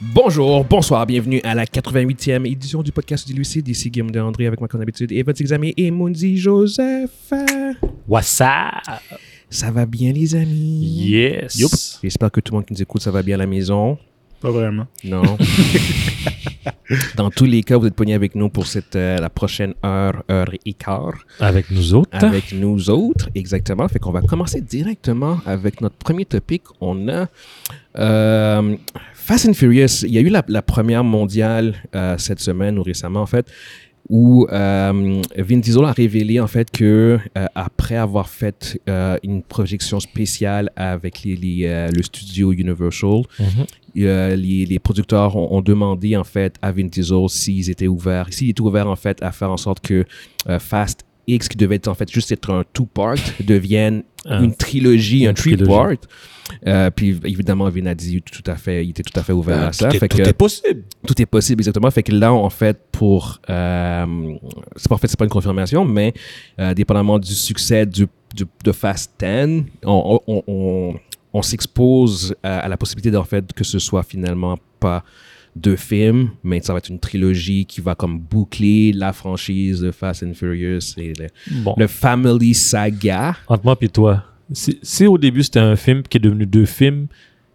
Bonjour, bonsoir, bienvenue à la 88e édition du podcast du Lucide. Ici Guillaume de André avec moi comme d'habitude et votre examen et Mundi Joseph. What's up? Ça va bien les amis? Yes. Yup. J'espère que tout le monde qui nous écoute, ça va bien à la maison. Pas vraiment. Non. Dans tous les cas, vous êtes pognés avec nous pour cette, euh, la prochaine heure, heure et quart. Avec nous autres. Avec nous autres, exactement. Fait qu'on va commencer directement avec notre premier topic. On a euh, Fast and Furious. Il y a eu la, la première mondiale euh, cette semaine ou récemment, en fait, où euh, Vin Diesel a révélé, en fait, que euh, après avoir fait euh, une projection spéciale avec les, les, euh, le studio Universal, Mhm. euh, les, les producteurs ont, ont demandé en fait à Vin Diesel s'ils étaient ouverts, s'ils étaient ouverts en fait à faire en sorte que euh, Fast X, qui devait être en fait juste être un two-part, devienne Un- une trilogie, Ah. une un trilogie. three-part. Euh, puis évidemment, Vin a dit tout à fait, il était tout à fait Ben, ouvert à ça. Ben, Ah, tout, fait est, tout que- est possible. tout est possible, exactement. Fait que là, en fait, pour. euh, c'est pas, en fait, c'est pas une confirmation, mais euh, dépendamment du succès du, du- de Fast 10, on, on, on, on s'expose à, à la possibilité, d'en fait, que ce soit finalement pas deux films, mais ça va être une trilogie qui va comme boucler la franchise de Fast and Furious et le, Bon. le Family Saga. Entre moi et toi, si, si au début c'était un film qui est devenu deux films,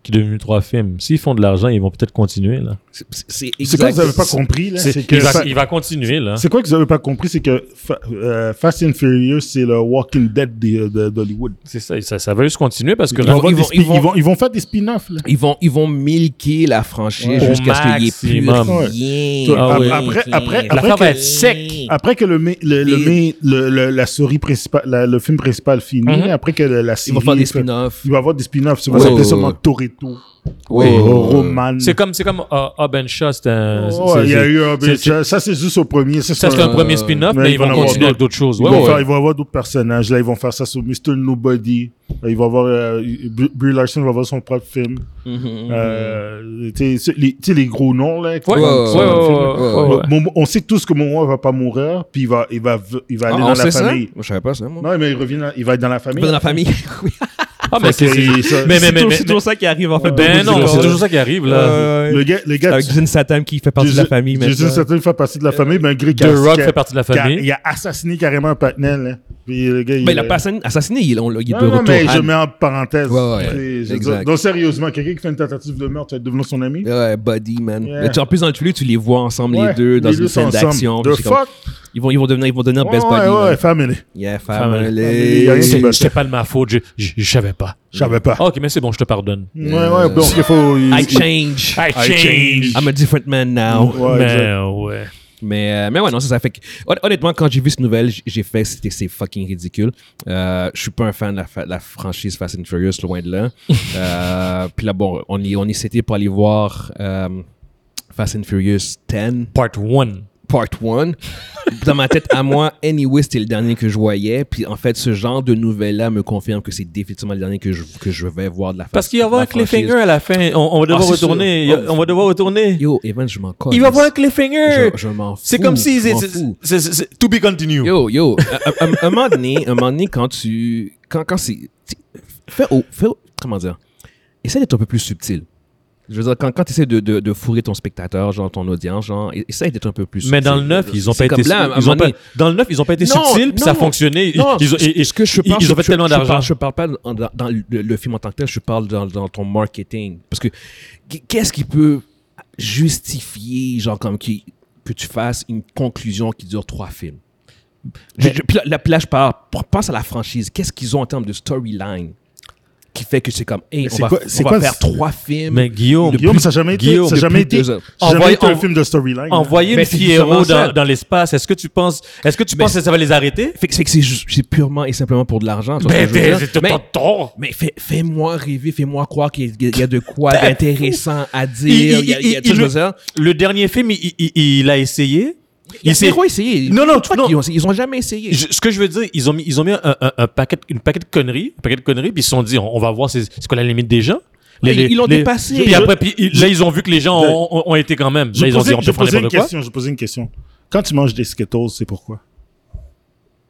qui est devenu trois films, s'ils font de l'argent, ils vont peut-être continuer là. C'est- C'est C'est quoi exact- que vous n'avez pas compris, là? C'est que il, va, fa- il va continuer là. c'est quoi que vous n'avez pas compris? C'est que fa- euh, Fast and Furious, c'est le Walking Dead des- euh, de- d'Hollywood. C'est ça, ça, ça va juste continuer parce que Ils là, vont vont- faire des ils spi- vont- ils vont- ils vont faire des spin-offs, là. Ils vont, ils vont milquer la franchise Ouais. jusqu'à ce qu'il y ait plus Au maximum. rien. Ah Ap- oui. Après, après, La après fin que- va être sec. après que le, mai- le, le, Et- mai- le- le- la série principale, la- le film principal finit, Mhm. après que la, la Ils série. vont faire des fait- spin-offs. Il va y avoir des spin-offs. Ça Ouais, va s'appeler ouais, seulement ouais. Toretto. Ouais. Oh, Roman. c'est comme c'est comme euh, Hobbs and Shaw, c'était un- c'est Ouais, c'est- il y a eu un- c'est- c'est- Ça, ça, c'est juste au premier. Ça, ça, c'est c'est un- un premier spin-off, mais mais ils ils vont en vont avoir continuer avec d'autres choses. Ils, Ouais, vont ouais. faire- ils vont avoir d'autres personnages. Là, ils vont faire ça sur Mr. Nobody. Là, Ils vont avoir, euh, Brie Brie Larson va avoir son propre film. Mhm, Euh, tu sais, ce- les, tu sais, les gros noms, là. qui Mhm. Ouais, vont- Ouais, qui ouais, sont dans le film. ouais, ouais, ouais, ouais. Mon- on sait tous que Momoa va pas mourir, puis il va, il va, il va aller dans la famille. Ah, ça? Je savais pas ça, moi. Non, mais il revient, dans- il va être dans la famille. Dans la famille. Oui. Ah, mais c'est- que ça- c'est- mais- mais- mais- mais- ça qui arrive, en Ben beaucoup non, de c'est choses. toujours ça qui arrive là. Euh, Le gars, le gars, Jin Satam qui fait partie de la famille, mais. Euh, Jason Statham fait partie de la famille, mais un grec The Rock fait partie de la famille. Il a assassiné carrément un Patnel, là. Puis le gars, Mais Ben, il a pas assassiné, assassiné, il, on l'a- il est euh, Non, de non, retour. Ah, mais Han. je mets en parenthèse. Ouais, ouais, Tu sais, je veux exact. dire, donc, sérieusement, quelqu'un qui fait une tentative de meurtre, tu vas devenir son ami? Ouais, buddy, man. Yeah. Mais tu- en plus, dans le trailer, tu les vois ensemble, les Ouais, deux, dans une sont scène ensemble. d'action. The puis c'est comme- fuck? Ils vont, ils vont devenir, ils vont devenir best ouais, buddy. ouais, man. family. Yeah, Family. family. Family. C'est- Ouais. C'était pas de ma faute, je- je je savais pas. Je savais pas. Ah, ok, mais c'est bon, je te pardonne. Ouais, ouais, bon, il faut. il- I Ah, change. I change. I'm a different man now. euh, Ouais, exact. ouais. Mais, euh, mais ouais, non, ça, ça fait que, hon- honnêtement, quand j'ai vu cette nouvelle, j- j'ai fait, c'était c'est fucking ridicule. Euh, je suis pas un fan de la, fa- de la franchise Fast and Furious, loin de là. euh, puis là, bon, on y, on y s'était pour aller voir euh, Fast and Furious 10, Part 1. Part 1. Dans ma tête, à moi, anyway, c'était le dernier que je voyais. Puis en fait, ce genre de nouvelle-là me confirme que c'est définitivement le dernier que je, que je vais voir de la Parce qu'il va y avoir un de la franchise. cliffhanger à la fin. On, on va devoir Ah, c'est sûr. retourner. Il y a- On va devoir retourner. Yo, Evan, je m'en colle. Il va y avoir un cliffhanger. Je, je m'en fous. C'est comme si. je c'est- m'en c'est- fous. c'est- c'est- c'est- To be continued. Yo, yo, à- à- à- un moment donné, un moment donné, quand tu. Quand, quand c'est. tu- Fais, au- fais. au- Comment dire Essaie d'être un peu plus subtil. Je veux dire, quand, quand tu essaies de, de, de fourrer ton spectateur, genre ton audience, genre, e- essaie d'être un peu plus subtil. Mais dans le 9, ils ont C'est pas été. comme là, à un ils ont moment pas- donné- Dans le 9, ils ont pas été Non, subtils, puis non. ça a fonctionné. Ils- Non, ils ont- ce- et- et- ce que je ils- parle, ils ont je- fait tellement je- je d'argent. parle- Je parle pas dans, dans- dans le, le film en tant que tel, je parle dans, dans ton marketing. Parce que qu- qu'est-ce qui peut justifier, genre, comme qui, que tu fasses une conclusion qui dure trois films? Je- je- puis là, là- puis là, je parle, pense à la franchise. Qu'est-ce qu'ils ont en termes de storyline qui fait que c'est comme, hey, on c'est va, quoi- on c'est va quoi faire ce- trois films. Mais Guillaume, Guillaume, ça n'a jamais été, Guillaume, ça a depuis jamais été, deux ça a heures. jamais Envoyez- été un en- film de storyline. là. envoyer Mais une c'est fille héros justement dans, ça. dans l'espace, est-ce que tu penses, est-ce que tu Mais penses que ça va les arrêter? Fait que c'est que c'est ju- c'est purement et simplement pour de l'argent. tu vois Ben, ce que Ben, je veux dire? Mais- tort. Mais fais- fais-moi rêver, fais-moi croire qu'il y a- il y a de quoi d'intéressant à dire. Il- Il il- y a- il y a- hein. il- tu sais, il- je veux dire, Le dernier film, il, il- il- il a essayé. Il c'est s'est- quoi essayer? Non, non, Fuck, non. Ils, ont, ils ont jamais essayé. Je- ce que je veux dire, ils ont mis, ils ont mis un, un- un paquet, une paquet de conneries, un paquet de conneries, puis ils se sont dit, on, on va voir c'est c'est quoi la limite des gens. Mais ils- ils l'ont dépassé. Puis après, puis ils- là, ils ont vu que les gens ont, ont- ont été quand même. Je Là, ils ont dit, posais, on je peut prendre posais une n'importe quoi. question, je posais une question. Quand tu manges des Skittles, c'est pourquoi?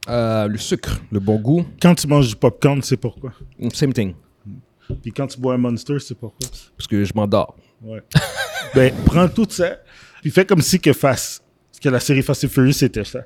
Euh, le sucre, le bon goût, Quand tu manges du popcorn, c'est pourquoi? same thing. Puis quand tu bois un Monster, c'est pourquoi? Parce que je m'endors. Ouais. ben, prends tout ça, puis fais comme si que fasse, que la série Fast and Furious, c'était ça.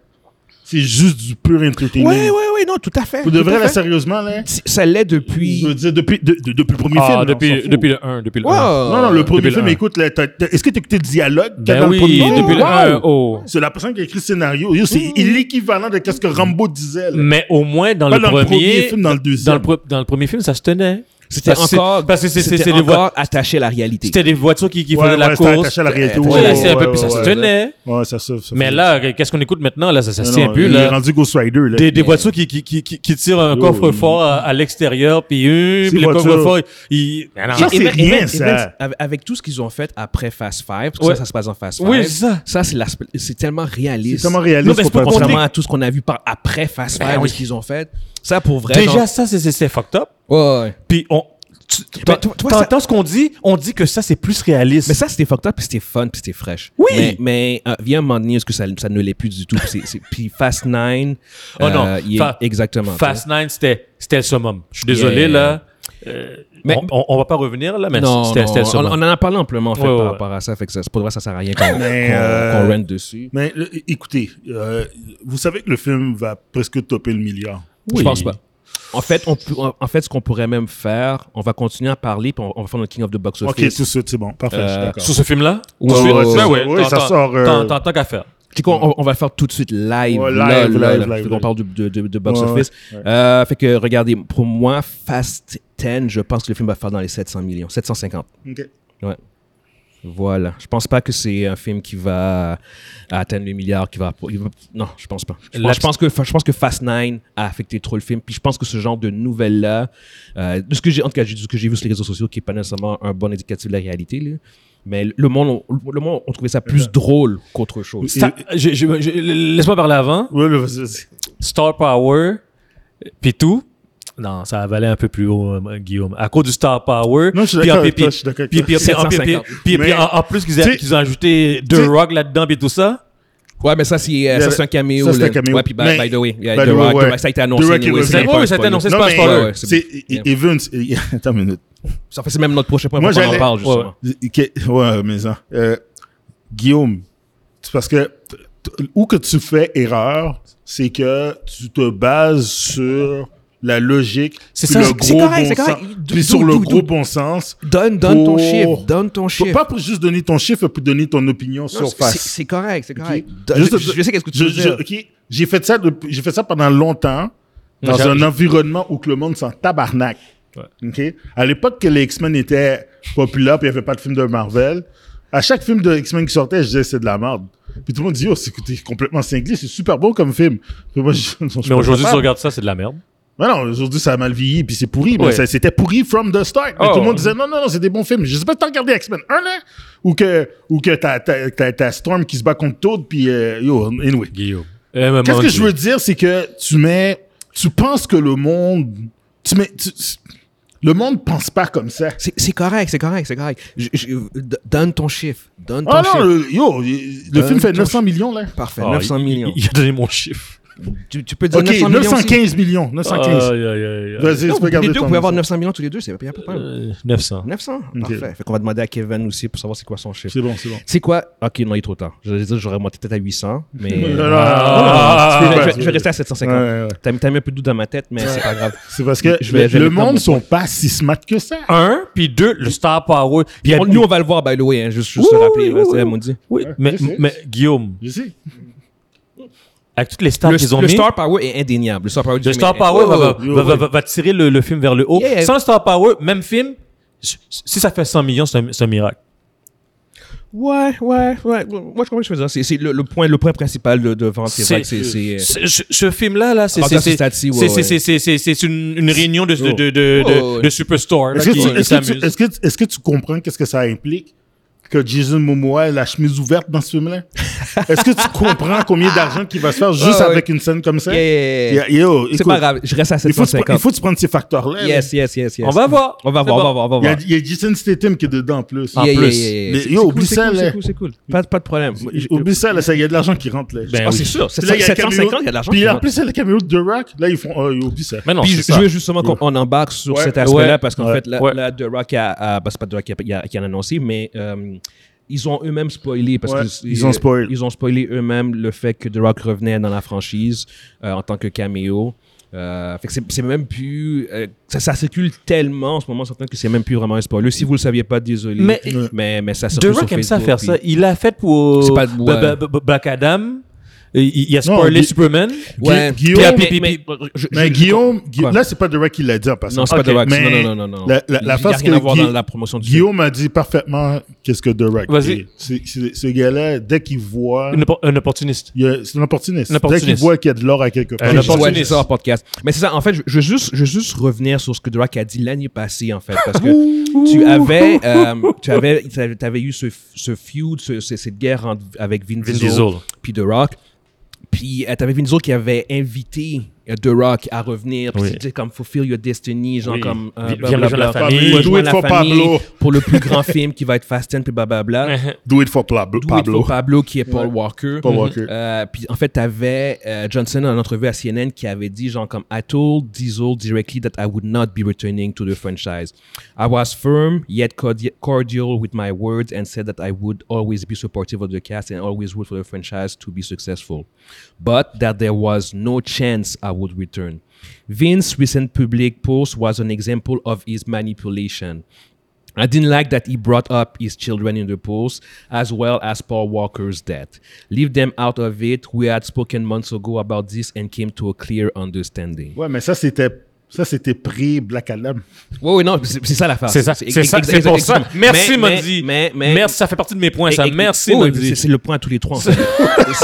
C'est juste du pur entertainment. Oui, oui, oui, non, tout à fait. Pour de tout vrai, à là, fait. sérieusement, là, ça l'est je veux depuis. dire, depuis, de- de- depuis le premier film. Ah, là, on s'en depuis, fout. depuis le 1, depuis le Wow. 1. Non, non, le premier Euh, Depuis le film, un. écoute, là, t'as- t'as- est-ce que t'as écouté le dialogue qu'il y a Ben dans oui, le premier film? depuis le Wow. 1. Oh. C'est la personne qui a écrit le scénario. Yo, C'est l'équivalent de ce que Rambo disait. là. Mais au moins, dans, Pas Mm-hmm. le, premier, film, Bah, dans le dans, deuxième. le, pre- dans le premier film, ça se tenait. C'était Parce que c'est- encore. Parce que c'est- c'est- c'était c'est des, voi- encore attaché à la réalité. c'était des voitures qui, qui Ouais, faisaient de la ouais, c'était course. attaché à la réalité. Ouais, Ouais, ouais, c'est un peu ouais, plus- ça se ouais. tenait. Ouais, ça, ça, ça Mais fait- là, euh, qu'est-ce qu'on écoute maintenant? Là, ça, ça se Non, tient non, plus. Il est Là. rendu Ghost Rider. Là. Des, des voitures qui, qui, qui, qui, qui tirent un Yo. coffre-fort à, à l'extérieur, puis euh, Ces puis le voitures- coffre-fort, il... Ah, non. Ça, Et c'est même- et rien, même- et ça. même avec- Avec tout ce qu'ils ont fait après Fast Five, parce que Ouais. ça, ça se passe en Fast Five. Oui, c'est ça. Ça, c'est l'aspect- c'est tellement réaliste. C'est tellement réaliste. Non, mais c'est pas qu'on peut- compter. Contrairement à tout ce qu'on a vu par après Fast Ben Five, oui. ce qu'ils ont fait. Ça, pour vrai. Déjà, ça, c'est- c'est c'est fucked up. non- Ouais, ouais. Puis on... tu- Mais tu- tu vois, T'entends ce qu'on dit, on dit que ça, c'est plus réaliste. Mais ça, c'était fucked up, puis c'était fun, puis c'était fraîche. Oui. Mais, mais euh, vient un moment donné, est-ce que ça, ça ne l'est plus du tout? Puis, c'est- c'est- puis Fast 9. Oh non, Fa- exactement. Fast 9, c'était c'était le summum. Je suis désolé, Yeah. là. Euh, Mais- on, on- on va pas revenir, là, mais Non, c'était non, c'était le on, summum. on en a parlé amplement en fait, Ouais, ouais, par ouais. rapport à ça. Fait que ça, c'est pour vrai, ça sert à rien qu'on qu'on Mais, euh, qu'on rentre dessus. Mais euh, écoutez, euh, vous savez que le film va presque topper le milliard. Je pense pas. En fait, on peut- en en fait, ce qu'on pourrait même faire, on va continuer à parler, puis on, on va faire notre King of the Box Ok, Office. tout de suite, c'est bon. Parfait, je suis Euh, d'accord. Sur ce film-là? Ouais, Tout de ouais, ouais, suite? Ben ouais, ouais, ouais, t'en- ça t'en- sort, euh, t'en- T'en tant qu'à faire. C'est quoi, on, on va le faire tout de suite live. Ouais, là, live, là, live, là, live, On live. parle du- de, de, de box Ouais, office. Euh, fait que regardez, pour moi, Fast 10, je pense que le film va faire dans les 700 millions, 750. Ok. Ouais. Voilà. Je pense pas que c'est un film qui va atteindre le milliard, qui va. il va- Non, je pense pas. Je La- pense, je pense que je pense que Fast 9 a affecté trop le film. Puis je pense que ce genre de nouvelles là, de ce que j'ai en tout cas de ce que j'ai vu sur les réseaux sociaux, qui est pas nécessairement un bon indicatif de la réalité. là. Mais le monde, on, le monde, on trouvait ça plus drôle qu'autre chose. Star- je- je- je- Laisse-moi parler avant. Ouais, le- c'est- Star Power, puis tout. Non, ça valait un peu plus haut, euh, Guillaume. À cause du Star Power. Non, je suis puis- d'accord puis- avec toi, je suis d'accord avec puis- puis- puis- toi. puis- puis- 750. puis- puis Mais- en en plus qu'ils a- Tu sais- qu'ils ont ajouté tu The sais- Rock là-dedans et tout ça. Ouais, mais ça, c'est, euh, Il y ça, avait- c'est un caméo. ça, c'est là. un caméo. Ouais, puis by, Mais- by the way, yeah, By The the Rock, way, The ouais. Rock, ça a été The annoncé. Rock, il anyway, revient. c'est Ouais, pas un ouais, ça a spoiler. été annoncé. Non, pas mais spoiler. c'est Yeah. Evans. et- Attends une minute. Ça fait, c'est même notre prochain point Moi, qu'on en j'allais- parle, justement. Ouais. Que- Ouais, mais hein, euh, Guillaume, c'est parce que t- t- où que tu fais erreur, c'est que tu te bases sur la logique, C'est puis ça, le c'est- gros c'est correct, bon c'est correct. sens, D'où- puis sur d'où- le d'où- d'où- gros bon sens. Donne, donne ton Pour- chiffre. Donne ton Faut chiffre. Pas pour juste donner ton chiffre, pour donner ton opinion Non, sur c'est- face. c'est- C'est correct, c'est correct. Ok. Donne- Juste- je, je sais qu'est-ce que tu je- veux je- dire. ok. J'ai fait ça depuis- j'ai fait ça pendant longtemps dans J'a- un environnement où que le monde s'en tabarnak. Ok. À l'époque que les X-Men étaient populaires, puis il n'y avait pas de film de Marvel, à chaque film de X-Men qui sortait, je disais c'est de la merde. Puis tout le monde dit oh c'est c'est complètement cinglé, c'est super bon comme film. Puis moi, je- je suis Mais pas aujourd'hui, tu capable. regardes ça, c'est de la merde. Mais non, aujourd'hui, ça a mal vieilli, puis c'est pourri. Mais Ouais. ça- c'était pourri from the start. Mais Oh. tout le monde disait, non, non, non, c'est des bons films. Je sais pas si t'as regardé X-Men 1, là, ou que, ou que t'as, t'as, t'as- t'as Storm qui se bat contre Toad, puis euh, yo, anyway. Guillaume. Eh, maman, Qu'est-ce que je Guillaume. veux dire, c'est que tu mets, tu penses que le monde, tu mets, tu- le monde pense pas comme ça. C'est c'est correct, c'est correct, c'est correct. Je- je- d- donne ton chiffre. Donne ton Ah non, chiffre. le- yo, le Euh, film fait ton- 900 millions, là. Parfait, Ah, 900 il- millions. Il, il a donné mon chiffre. Tu, tu peux dire Ok, 900 millions. aussi? 915 millions, 915. Aïe, aïe, aïe, aïe. Vas-y, Non, tu peux garder les deux, vous ton pouvez avoir million. 900 millions tous les deux, c'est pas de problème. Euh, 900. 900 Ok. Parfait. Fait qu'on va demander à Kevin aussi pour savoir c'est quoi son chiffre. C'est bon, c'est bon. C'est quoi Ok, non, il est trop tard. Je vais dire, j'aurais monté peut-être à 800, mais. Non, non, non, non, Ah, non, non, je, vais, non, tu peux pas, je tu vais peux rester à pas. 750. Ouais, ouais. T'as mis, t'as mis un peu de doute dans ma tête, mais c'est pas grave. C'est parce que Je vais- je vais le le prendre, monde mon sont pas si smart que ça. Un, puis deux, le Star Power. Il y a- On- nous, on va le voir, by the way, hein, juste, juste Oui, le rappeler. oui, là, oui, c'est oui. la maudite. Oui, mais, je sais. mais Guillaume, Je sais. avec toutes les stars Le, qu'ils ont le mis, star power est indéniable. Le star power, du le film Star est- Power euh, Oh, va, oh, va, oui, va- oui. va- va tirer le, le film vers le haut. Yeah. Sans le Star Power, même film, si si ça fait 100 millions, c'est un, c'est un miracle. Ouais, ouais, ouais. Moi, je comprends ce que je veux dire. C'est- C'est le, le point, le point principal de, de vente. C'est vrai que c'est- c'est. euh, ce, ce film-là, là, c'est Ah, c'est- dans ce c'est- stade-ci, c'est- ouais, ouais. c'est- c'est- c'est- c'est- c'est une, une réunion de, de, de, de, Oh, de- ouais. de superstars là, Est-ce que, qui, tu, qui est-ce, que tu, s'amusent. est-ce, que, tu- est-ce que tu comprends qu'est-ce que ça implique que Jason Momoa ait la chemise ouverte dans ce film-là? Est-ce que tu comprends combien d'argent qu'il va se faire juste Ah, ouais. avec une scène comme ça? Yeah, yeah, yeah. Yeah, yo, C'est écoute, pas grave, je reste à Il faut, se pre- 750. il faut se prendre ces facteurs-là. là. Yes, yes, yes, yes. On va voir. On va C'est voir, on bon. va voir, on va Il y, a, voir. il y a Jason Statham qui est dedans en plus. Yeah, en yeah, plus. yeah, yeah, yeah. Mais C'est- yo, c'est oublie cool, c'est ça, cool, là. C'est cool, c'est cool. Pas, pas de problème. Oublie ça, là, ça, il y a de l'argent qui rentre. Là. Ben Ah, oui. c'est sûr. Puis là, il y a le 750, cameo. il y a de l'argent. Puis qui en rentre. plus, c'est la caméo de The Rock. Là, ils font. Euh, oublie ça. Mais non, Puis c'est je ça. je veux justement qu'on on embarque sur Ouais. cet aspect-là Ouais. parce qu'en Ouais. fait, là, Ouais. là, The Rock a. a- bah, c'est pas The Rock qui a, qui a- qui a annoncé, mais euh, ils ont eux-mêmes spoilé. Parce Ouais, que, ils ont spoil. Ils ont spoilé eux-mêmes le fait que The Rock revenait dans la franchise euh, en tant que caméo. Euh, fait que c'est- c'est même plus. euh, ça, ça circule tellement en ce moment, certain que c'est même plus vraiment un spoiler. Si vous le saviez pas, désolé. Mais- mais, mais ça The circule. Rock sur aime ça Facebook, faire puis- ça. Il l'a fait pour C'est pas- B- ouais. B- B- Black Adam. Il- Il il a Non, spoilé Gui- Superman. Gui- Ouais. Guillaume- Mais- Puis- puis- mais- puis- je- Mais je- Guillaume, Gui- Quoi? là, c'est pas The Rock qui l'a dit en passant. Non, c'est Ok, pas The Rock. mais non, non, non, non, non. la- la- la Il y face a rien que à voir Guy- dans la promotion du film. Guillaume a dit parfaitement qu'est-ce que The Rock. Vas-y. est. C'est- c'est- Ce gars-là, dès qu'il voit. Une oppor- Un opportuniste. il y a- C'est un opportuniste. Un Dès qu'il opportuniste. voit qu'il y a de l'or à quelque part. Un Ouais, il- opportuniste. j'ai ça en podcast. Mais c'est ça, en fait, je, je veux juste, je veux juste revenir sur ce que Drak a dit l'année passée, en fait, parce que tu avais, euh, tu avais, t'avais- t'avais eu ce, ce feud, ce- ce- cette guerre entre- avec Vin, Vin Diesel, Diesel. puis The Rock. Puis euh, t'avais Vin Diesel qui avait invité euh, The Rock à revenir, puis Oui. c'était comme Fulfill Your Destiny, genre Oui. comme euh, Vi- viens rejoindre la famille. Rejoins Do it la for famille Pablo. pour le plus grand film qui va être Fast 10 puis blablabla. Do it for Pablo. Do It Pablo. for Pablo qui est Paul Walker. Paul Walker. Euh, puis en fait, tu avais Johnson en entrevue à CNN qui avait dit genre comme I told Diesel directly that I would not be returning to the franchise. I was firm yet cordi- cordial with my words and said that I would always be supportive of the cast and always root for the franchise to be successful, but that there was no chance I would return. Vince's recent public post was an example of his manipulation. I didn't like that he brought up his children in the post, as well as Paul Walker's death. Leave them out of it. We had spoken months ago about this and came to a clear understanding. Ouais, mais ça, c'était. Ça, c'était pris Black Adam. Oui, oui, non, c'est c'est ça l'affaire. C'est ça, c'est ça, ex- c'est pour exactement. ça. Merci, Mais- Mondi. mais- mais- mais- Merci, ça fait partie de mes points, Et- ça. et- Merci, oui, oui, c'est- Mondi. C'est le point à tous les trois. en fait.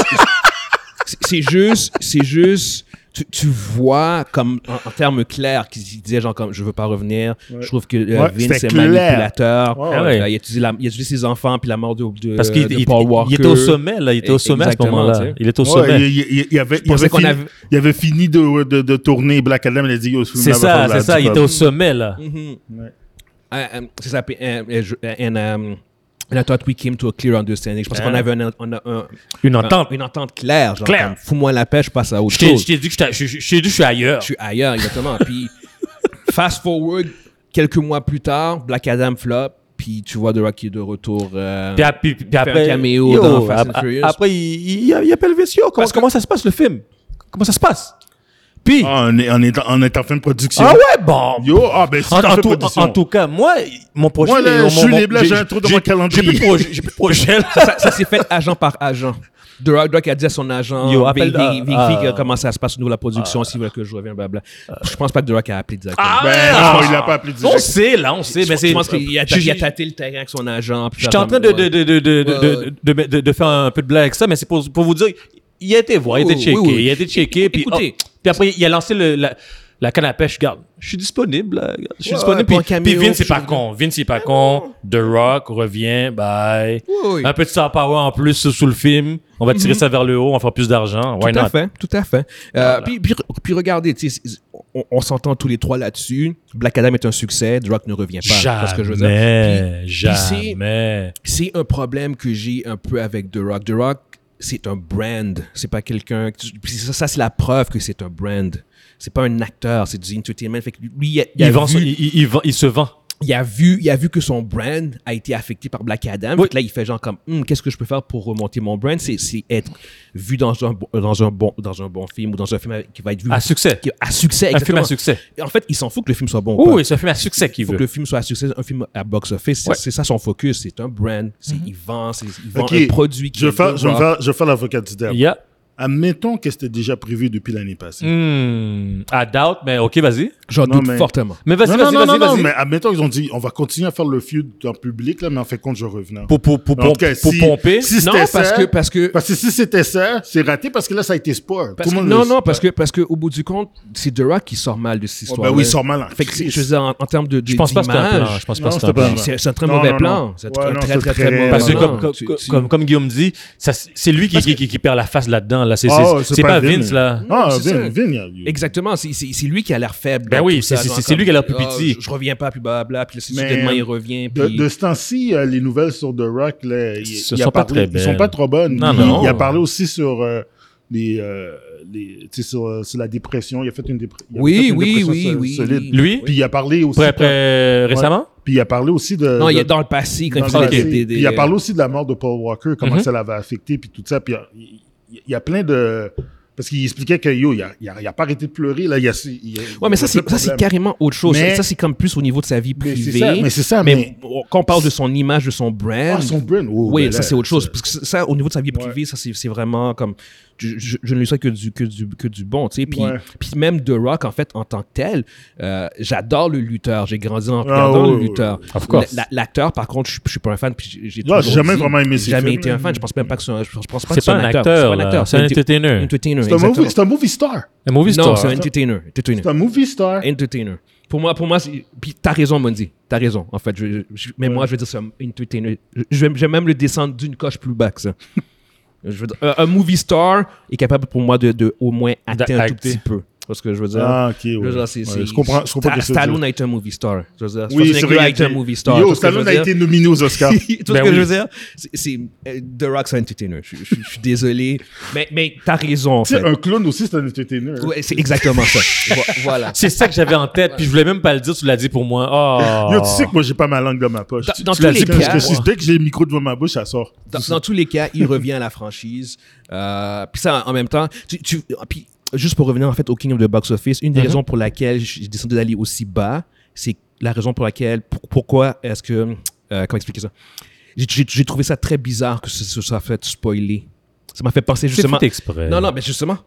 C'est- c'est juste, c'est juste, tu, tu vois comme en, en termes clairs qu'ils disaient genre comme je veux pas revenir. Je trouve que euh, Ouais, Vince c'était est clair. manipulateur. Ouais, ouais. Euh, il a utilisé la- il a utilisé ses enfants puis la mort de, de- Parce qu'il Euh, de il- Paul Walker. il était au sommet, là. Il était au sommet à ce Exactement, tu moment-là. sais. Il était au Ouais, il, sommet. il- il- il avait, il, pensais avait qu'on fini, avait- il avait fini de, de, de tourner Black Adam. Il a dit Yo, ce film C'est avait ça, pas c'est l'air ça. du Il était peuple. au sommet, là. Mm-hmm. Ah, euh, c'est ça. puis, euh, euh, je- euh, and, um, and I thought we came to a clear understanding. Je pense Ah. qu'on avait un, on a un- Une un- entente. une entente claire. Genre, Claire. comme, Fous-moi la paix, je passe à autre Je t'ai je chose. t'ai dit que j'étais- je je- je t'ai dit que je suis ailleurs. Je suis ailleurs, exactement. puis, fast forward, quelques mois plus tard, Black Adam flop. Puis tu vois The Rock qui est de retour. euh, Puis, ap- puis- puis un après, caméo dans Fast and ap- Furious. Après, il, il, il appelle Vessio. Comment, Parce que- comment ça se passe le film Comment ça se passe Puis, Ah, on, est, on, est, en- on est en fin de production. ah ouais, bon. Yo, ah ben, c'est en, en, en fin de tout, production. en tout cas, moi, mon projet. Moi, là, mon- je suis mon- libre, là, j'ai un trou dans mon calendrier. J'ai plus de projet. J'ai plus de projet. là. ça, ça s'est fait agent par agent. The Rock, The Rock a dit à son agent, Yo, Yo, appelle- ah, ah. comment ça se passe au niveau de la production, s'il veut que je revienne, blabla. Je pense pas que The Rock a appelé directement. Ah, Ben, ah, non, il l'a pas appelé direct. On sait, là, on sait. Mais c'est. je pense qu'il a, il a Je tâté le terrain avec son agent. puis suis faire en train comme- de, de, de, de, de, de, de, de- de faire un peu de blague avec ça, mais c'est pour, pour vous dire, il a été voir, il a été Oui, checké, oui, oui. il a été checké, puis, Écoutez. oh, puis après, il a lancé le, la, la canne à pêche, regarde, je suis disponible, là, regarde, je suis Ouais, disponible, pour un puis, cameo, puis Vince, c'est puis pas je- con, Vince, c'est pas con, The Rock revient, bye, Oui, oui. un peu de star power en plus sous sous le film, on va tirer ça vers le haut, on va faire plus d'argent, why tout à not? fait, tout à fait. Euh, puis, puis, puis regardez, tu sais, c'est- on, on s'entend tous les trois là-dessus. Black Adam est un succès, The Rock ne revient Bah, pas. c'est ce que je veux dire. Jamais, c'est- jamais. c'est un problème que j'ai un peu avec The Rock. The Rock, c'est un brand. C'est pas quelqu'un. puis Ça, ça c'est la preuve que c'est un brand. C'est pas un acteur, c'est du entertainment. Fait que lui, il a, il a Il, vend son- vu, il, il- il vend- il se vend. il a vu, il a vu que son brand a été affecté par Black Adam. Oui. Fait que là, il fait genre comme, Hum, qu'est-ce que je peux faire pour remonter mon brand C'est c'est être vu dans un bon- dans un bon dans un bon film ou dans un film avec- qui va être vu À succès. qui- à succès. Un film exactement. à succès. En fait, il s'en fout que le film soit bon. ou pas Oui, c'est un film à succès qu'il faut veut. que le film soit à succès, un film à box-office. C'est- Ouais. C'est ça son focus. C'est un brand. c'est Il vend, c'est- il vend Ok. un produit qui Je est vais faire, de je vais voir. faire, je vais faire l'avocat du diable. Yeah. admettons que c'était déjà prévu depuis l'année Mm. passée. Hmm, I doubt, mais ok, vas-y. J'en Non, doute mais- fortement. Mais vas-y, non, vas-y, non, non, vas-y, non, vas-y. mais admettons qu'ils ont dit, on va continuer à faire le feud en public, là, mais en fait, compte, je revenais. Pour, pour, pour, En tout pour, cas, pour si- pomper. si Non, c'était parce ça- que, parce que, Parce que si c'était ça, c'est raté parce que là, ça a été sport. parce Tout que- le monde non, le- non, parce que, parce que au bout du compte, c'est The Rock qui sort mal de cette Oh, histoire. ben oui, ils sont mal en Fait que, c'est- crise. je veux dire, en, en termes de, de Je pense pas que c'est un plan. Je pense Non, pas que c'est c'était un pas plan. un plan. c'est c'est un très Non, mauvais non, plan. non. C'est Ouais, un non, très, c'est très, très- très mauvais Parce que Non, plan. comme, comme, Tu- comme- tu- comme, comme Guillaume dit, ça, c'est lui qui, qui, qui- qui perd la face là-dedans. Là. C'est Ah, c'est- ouais, c'est pas Vin, Vince, mais- là. Ah, Non, c'est Vin, ça. Vin, il y a eu- Exactement, c'est- c'est c'est lui qui a l'air faible. Ben dans oui, tout ça, c'est- genre c'est comme, lui qui a l'air plus ah, petit. je- je reviens pas, puis blablabla, puis là, c'est Mais- soudainement, il revient. De, puis- de ce temps-ci, euh, les nouvelles sur The Rock, là, il, Ce il a sont pas parlé- très ils belles. sont pas trop bonnes. Non, il, non. il a parlé aussi sur, euh, les, euh, les, tu sais, sur, sur la dépression. Il a fait une, dépre- il a fait Oui, une oui, dépression oui, so- oui. solide. Lui? Puis il a parlé aussi. Après, après, récemment? Puis il a parlé aussi de. Non, il est de- dans le passé. Quand dans il le faisait passé. des- des- des- Puis il a parlé aussi de la mort de Paul Walker, comment Mhm. ça l'avait affecté, puis tout ça. Puis il y a- il y, a plein de. Parce qu'il expliquait que, yo, il a, il a- il a pas arrêté de pleurer. Là, il a, il a- Ouais, mais ça, il a c'est plein ça, de c'est problèmes. carrément autre chose. Mais- Ça, ça, c'est comme plus au niveau de sa vie Mais c'est privée. ça, mais c'est ça, mais- bon, quand on parle de son image, de son brand. Ah, son brand. oh, oui, ben ça, là, c'est autre chose. Parce que ça, au niveau de sa vie Ouais. privée, ça, c'est c'est vraiment comme. Je, je- je ne lui souhaite que du, que du, que du bon, tu sais. Puis, Ouais. puis même The Rock, en fait, en tant que tel, euh, j'adore le lutteur. J'ai grandi en Ah, regardant ouais, le ouais, lutteur. Of course. La- la- L'acteur, par contre, je ne suis pas un fan. Puis j'ai- j'ai Là, toujours j'ai jamais dit, vraiment aimé j'ai ses jamais films. été un fan. Je pense même pas que c'est un, je pense pas que C'est c'est pas un acteur, là. c'est un entertainer. entertainer. Entertainer, C'est un, exactement. movie- c'est un movie star. Un movie Non, star. c'est un entertainer. entertainer. C'est un movie star. Entertainer. Pour moi, pour moi, c'est- puis t'as raison, Mondi. T'as raison. En fait, je- je- mais moi, je veux dire, c'est un entertainer. Je, je vais- je vais même le descendre d'une coche plus bas que ça. Je veux dire, un, un movie star est capable pour moi de, de au moins atteindre un tout D'acter. petit peu. Parce que je veux dire. Ah, ok. ouais. je veux dire, c'est- Ouais, c'est- je comprends. Je comprends Sta- ce que tu veux Stallone dire. a été un movie star. Je veux dire, Oui, Schwarzenegger a vrai, été un movie star. Yo, Tu vois ce que Stallone je a veux dire? été nominé aux Oscars. tout Ben ce que oui. je veux dire, c'est- c'est euh, The Rock, c'est un entertainer. Je, je- je suis désolé, mais mais t'as raison. En Tu sais, fait. un clown aussi, c'est un entertainer. hein. Ouais, c'est exactement ça. Vo- voilà. C'est ça que j'avais en tête, puis je voulais même pas le dire, tu l'as dit pour moi. Yo, Oh. tu sais que moi, j'ai pas ma langue dans ma poche. Dans- Tu- dans tu tous l'as les dit, parce cas, que si- moi- dès que j'ai le micro devant ma bouche, ça sort. dans, dans tous les cas, il revient à la franchise. Euh, puis ça, en- en même temps, tu, tu- ah, puis juste pour revenir en fait au King of the Box Office, une des Mhm. raisons pour laquelle j'ai décidé d'aller aussi bas, c'est la raison pour laquelle, pour- pourquoi est-ce que, euh, comment expliquer ça J'ai- J'ai j'ai trouvé ça très bizarre que ce, ce soit fait spoiler. Ça m'a fait penser C'est justement. fait exprès. Non, non, mais justement,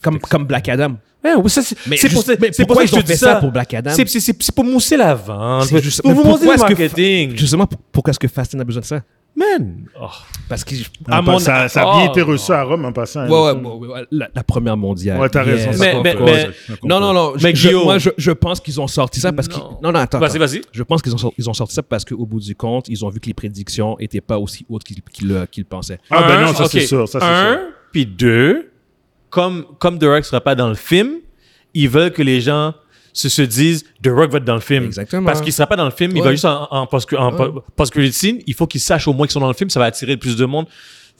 comme, comme Black Adam. Ouais, ouais, ça, c'est Mais c'est pour, juste- ça- mais c'est pour pourquoi ça que ils je ont te fait dis ça ça. pour Black Adam? C'est- C'est c'est- c'est pour mousser la vente. C'est juste- Pour mais vous montrer pourquoi le est-ce que- marketing. Justement, pour- pourquoi est-ce que Fast and a besoin de ça Man. Oh. Parce que Ah, En passant, ça, a bien été Oh. reçu à Rome en passant. Ouais, ouais, ouais, ouais, la, la première mondiale. Ouais, t'as raison. Yes. ça Mais- compte mais- pas, mais- ça, ça compte Non, pas. non, non. euh, Mais je- je- Guillaume- moi, je, je pense qu'ils ont sorti ça parce qu'ils. Non. Non, non, attends. Vas-y, attends. vas-y. Je pense qu'ils ont, sor- ils ont sorti ça parce qu'au bout du compte, ils ont vu que les prédictions n'étaient pas aussi hautes qu'ils qu'ils le- qu'ils le pensaient. Ah, ben non, Un, ça, c'est ok. sûr, ça, c'est un, sûr. puis deux, comme, comme The Rock sera pas dans le film, ils veulent que les gens se, se disent The Rock va être dans le film. Exactement. Parce qu'il sera pas dans le film, il Ouais. va juste en, en, post- en po- post-credit scene. Il faut qu'ils sachent au moins qu'ils sont dans le film, ça va attirer le plus de monde.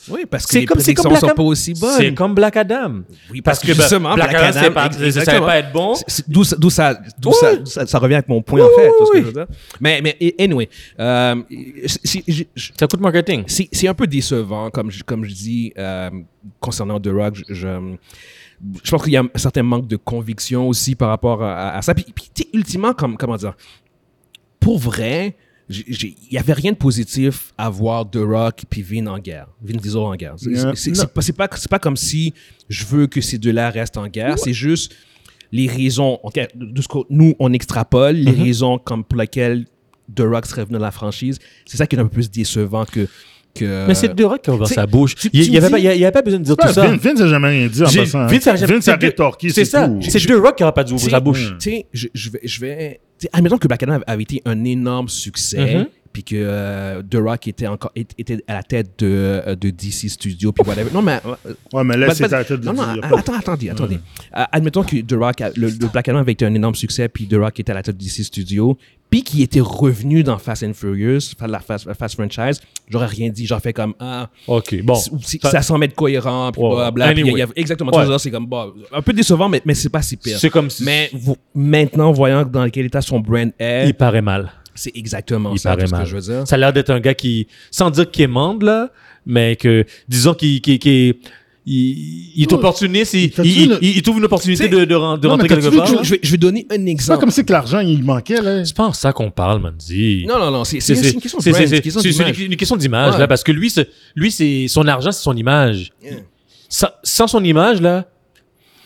Oui, parce que C'est les comme, c'est prédictions comme ne Black sont Adam. pas aussi bonnes. C'est comme Black Adam. Oui, Parce que ben, Black Adam, c'est pas- ex- ça savait exactement. pas être bon. C'est- c'est- D'où ça, d'où ça, d'où Oui. ça, d'où ça, ça revient avec mon point, Oui, en fait. oui, tu vois ce que oui. je veux dire? Mais, mais et- anyway, euh, c'est- c'est- j'ai- je- Ça coûte marketing. c'est c'est un peu décevant, comme je, comme je dis, euh, concernant The Rock. Je, je, je pense qu'il y a un certain manque de conviction aussi par rapport à, à- à ça. Puis, puis, tu sais, ultimement, comme, comment dire, pour vrai, j'ai- j'ai- il n'y avait rien de positif à voir The Rock puis Vin en guerre. Vin Diesel en guerre. C'est- Yeah. C'est c'est pas, c'est pas, c'est pas comme si je veux que ces deux-là restent en guerre. C'est juste les raisons, en tout cas, de ce que nous, on extrapole, Mhm. les raisons comme pour lesquelles The Rock serait venu dans la franchise. C'est ça qui est un peu plus décevant que. que euh, Mais c'est The Rock qui a ouvert tu sais, sa bouche. tu- Il tu n'y me avait, dis- pas- il y a- il y avait pas besoin de dire Ouais, tout ça. Vin- Vince n'a jamais rien dit en J'ai- passant. hein. Vince a- Vince a c'est- rétorqué, C'est ça. tout. C'est The Rock qui n'aura pas dû ouvrir sa bouche. Tu sais, je, je vais. Je vais tu sais, admettons que Black Adam avait été un énorme succès, Mhm. puis que euh, The Rock était, encore, est- était à la tête de, euh, de DC Studios, puis whatever. Non, mais. euh, Ouais, mais là, pas- c'est pas- à la tête de non, non, dire, y a ah, pas- attends, attendez, attendez. Euh, admettons que The Rock, a- le, le Black Adam avait été un énorme succès, puis The Rock était à la tête de DC Studios, puis qui était revenu dans Fast and Furious, la Fast, la Fast Franchise, j'aurais rien dit. J'aurais fait comme. Ah, OK, bon. si- si- Ça- ça semble être cohérent, puis Ouais, blablabla. puis il y a- il y a- anyway. exactement. Ouais. tu vois, C'est comme, bah, un peu décevant, mais, mais c'est pas si pire. C'est comme si Mais vous- maintenant, voyant dans quel état son brand est, il paraît mal. c'est exactement Il ça paraît tout ce que mal. je veux dire. Ça a l'air d'être un gars qui, sans dire qu'il est membre, là, mais que, disons qu'il qu'il- qu'il- il, il est Non, opportuniste, il, t'as-tu il, le- il- il trouve une opportunité Tu sais- de, de, ren- de Non, mais rentrer t'as-tu quelque vu part. que- là. Je vais, je vais donner un C'est pas exemple. comme si que l'argent, il manquait, là. C'est pas en ça qu'on parle, Mandy. Non, non, non, c'est c'est- C'est- c'est c'est- une question de c'est- brand, c'est- c'est une question c'est- c'est d'image. une- une question d'image, Ouais. là, parce que lui, c'est- lui c'est son argent, c'est son image. Yeah. C'est- sans, sans son image, là,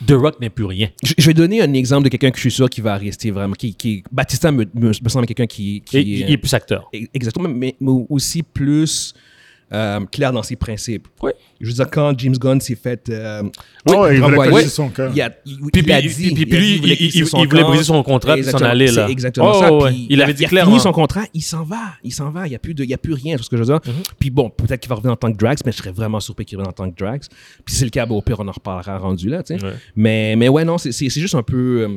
The Rock n'est plus rien. Je, je vais donner un exemple de quelqu'un que je suis sûr qui va rester vraiment. Qui, qui, Batista me, me, me semble quelqu'un qui, qui Et- il est plus acteur. E- Exactement, mais, mais aussi plus euh, clair dans ses principes. Oui. Je veux dire, quand James Gunn s'est fait euh, Ouais, ouais, il voulait renvoyer, briser son camp. il a, il, Puis- il a puis- dit, puis- puis il a lui, dit, voulait il- il- briser son il voulait camp. briser son contrat, puis s'en Exactement, aller, là. c'est exactement Oh, ça. ouais. Puis Il avait dit a clairement. fini son contrat, il s'en va, il s'en va. Il n'y a plus de, il y a plus rien, c'est ce que je veux dire. Mm-hmm. Puis bon, peut-être qu'il va revenir en tant que Drax, mais je serais vraiment surpris qu'il revienne en tant que Drax. Puis si c'est le cas, bon, au pire, on en reparlera rendu là, tu sais. Ouais. Mais, mais ouais, non, c'est c'est- c'est juste un peu, euh,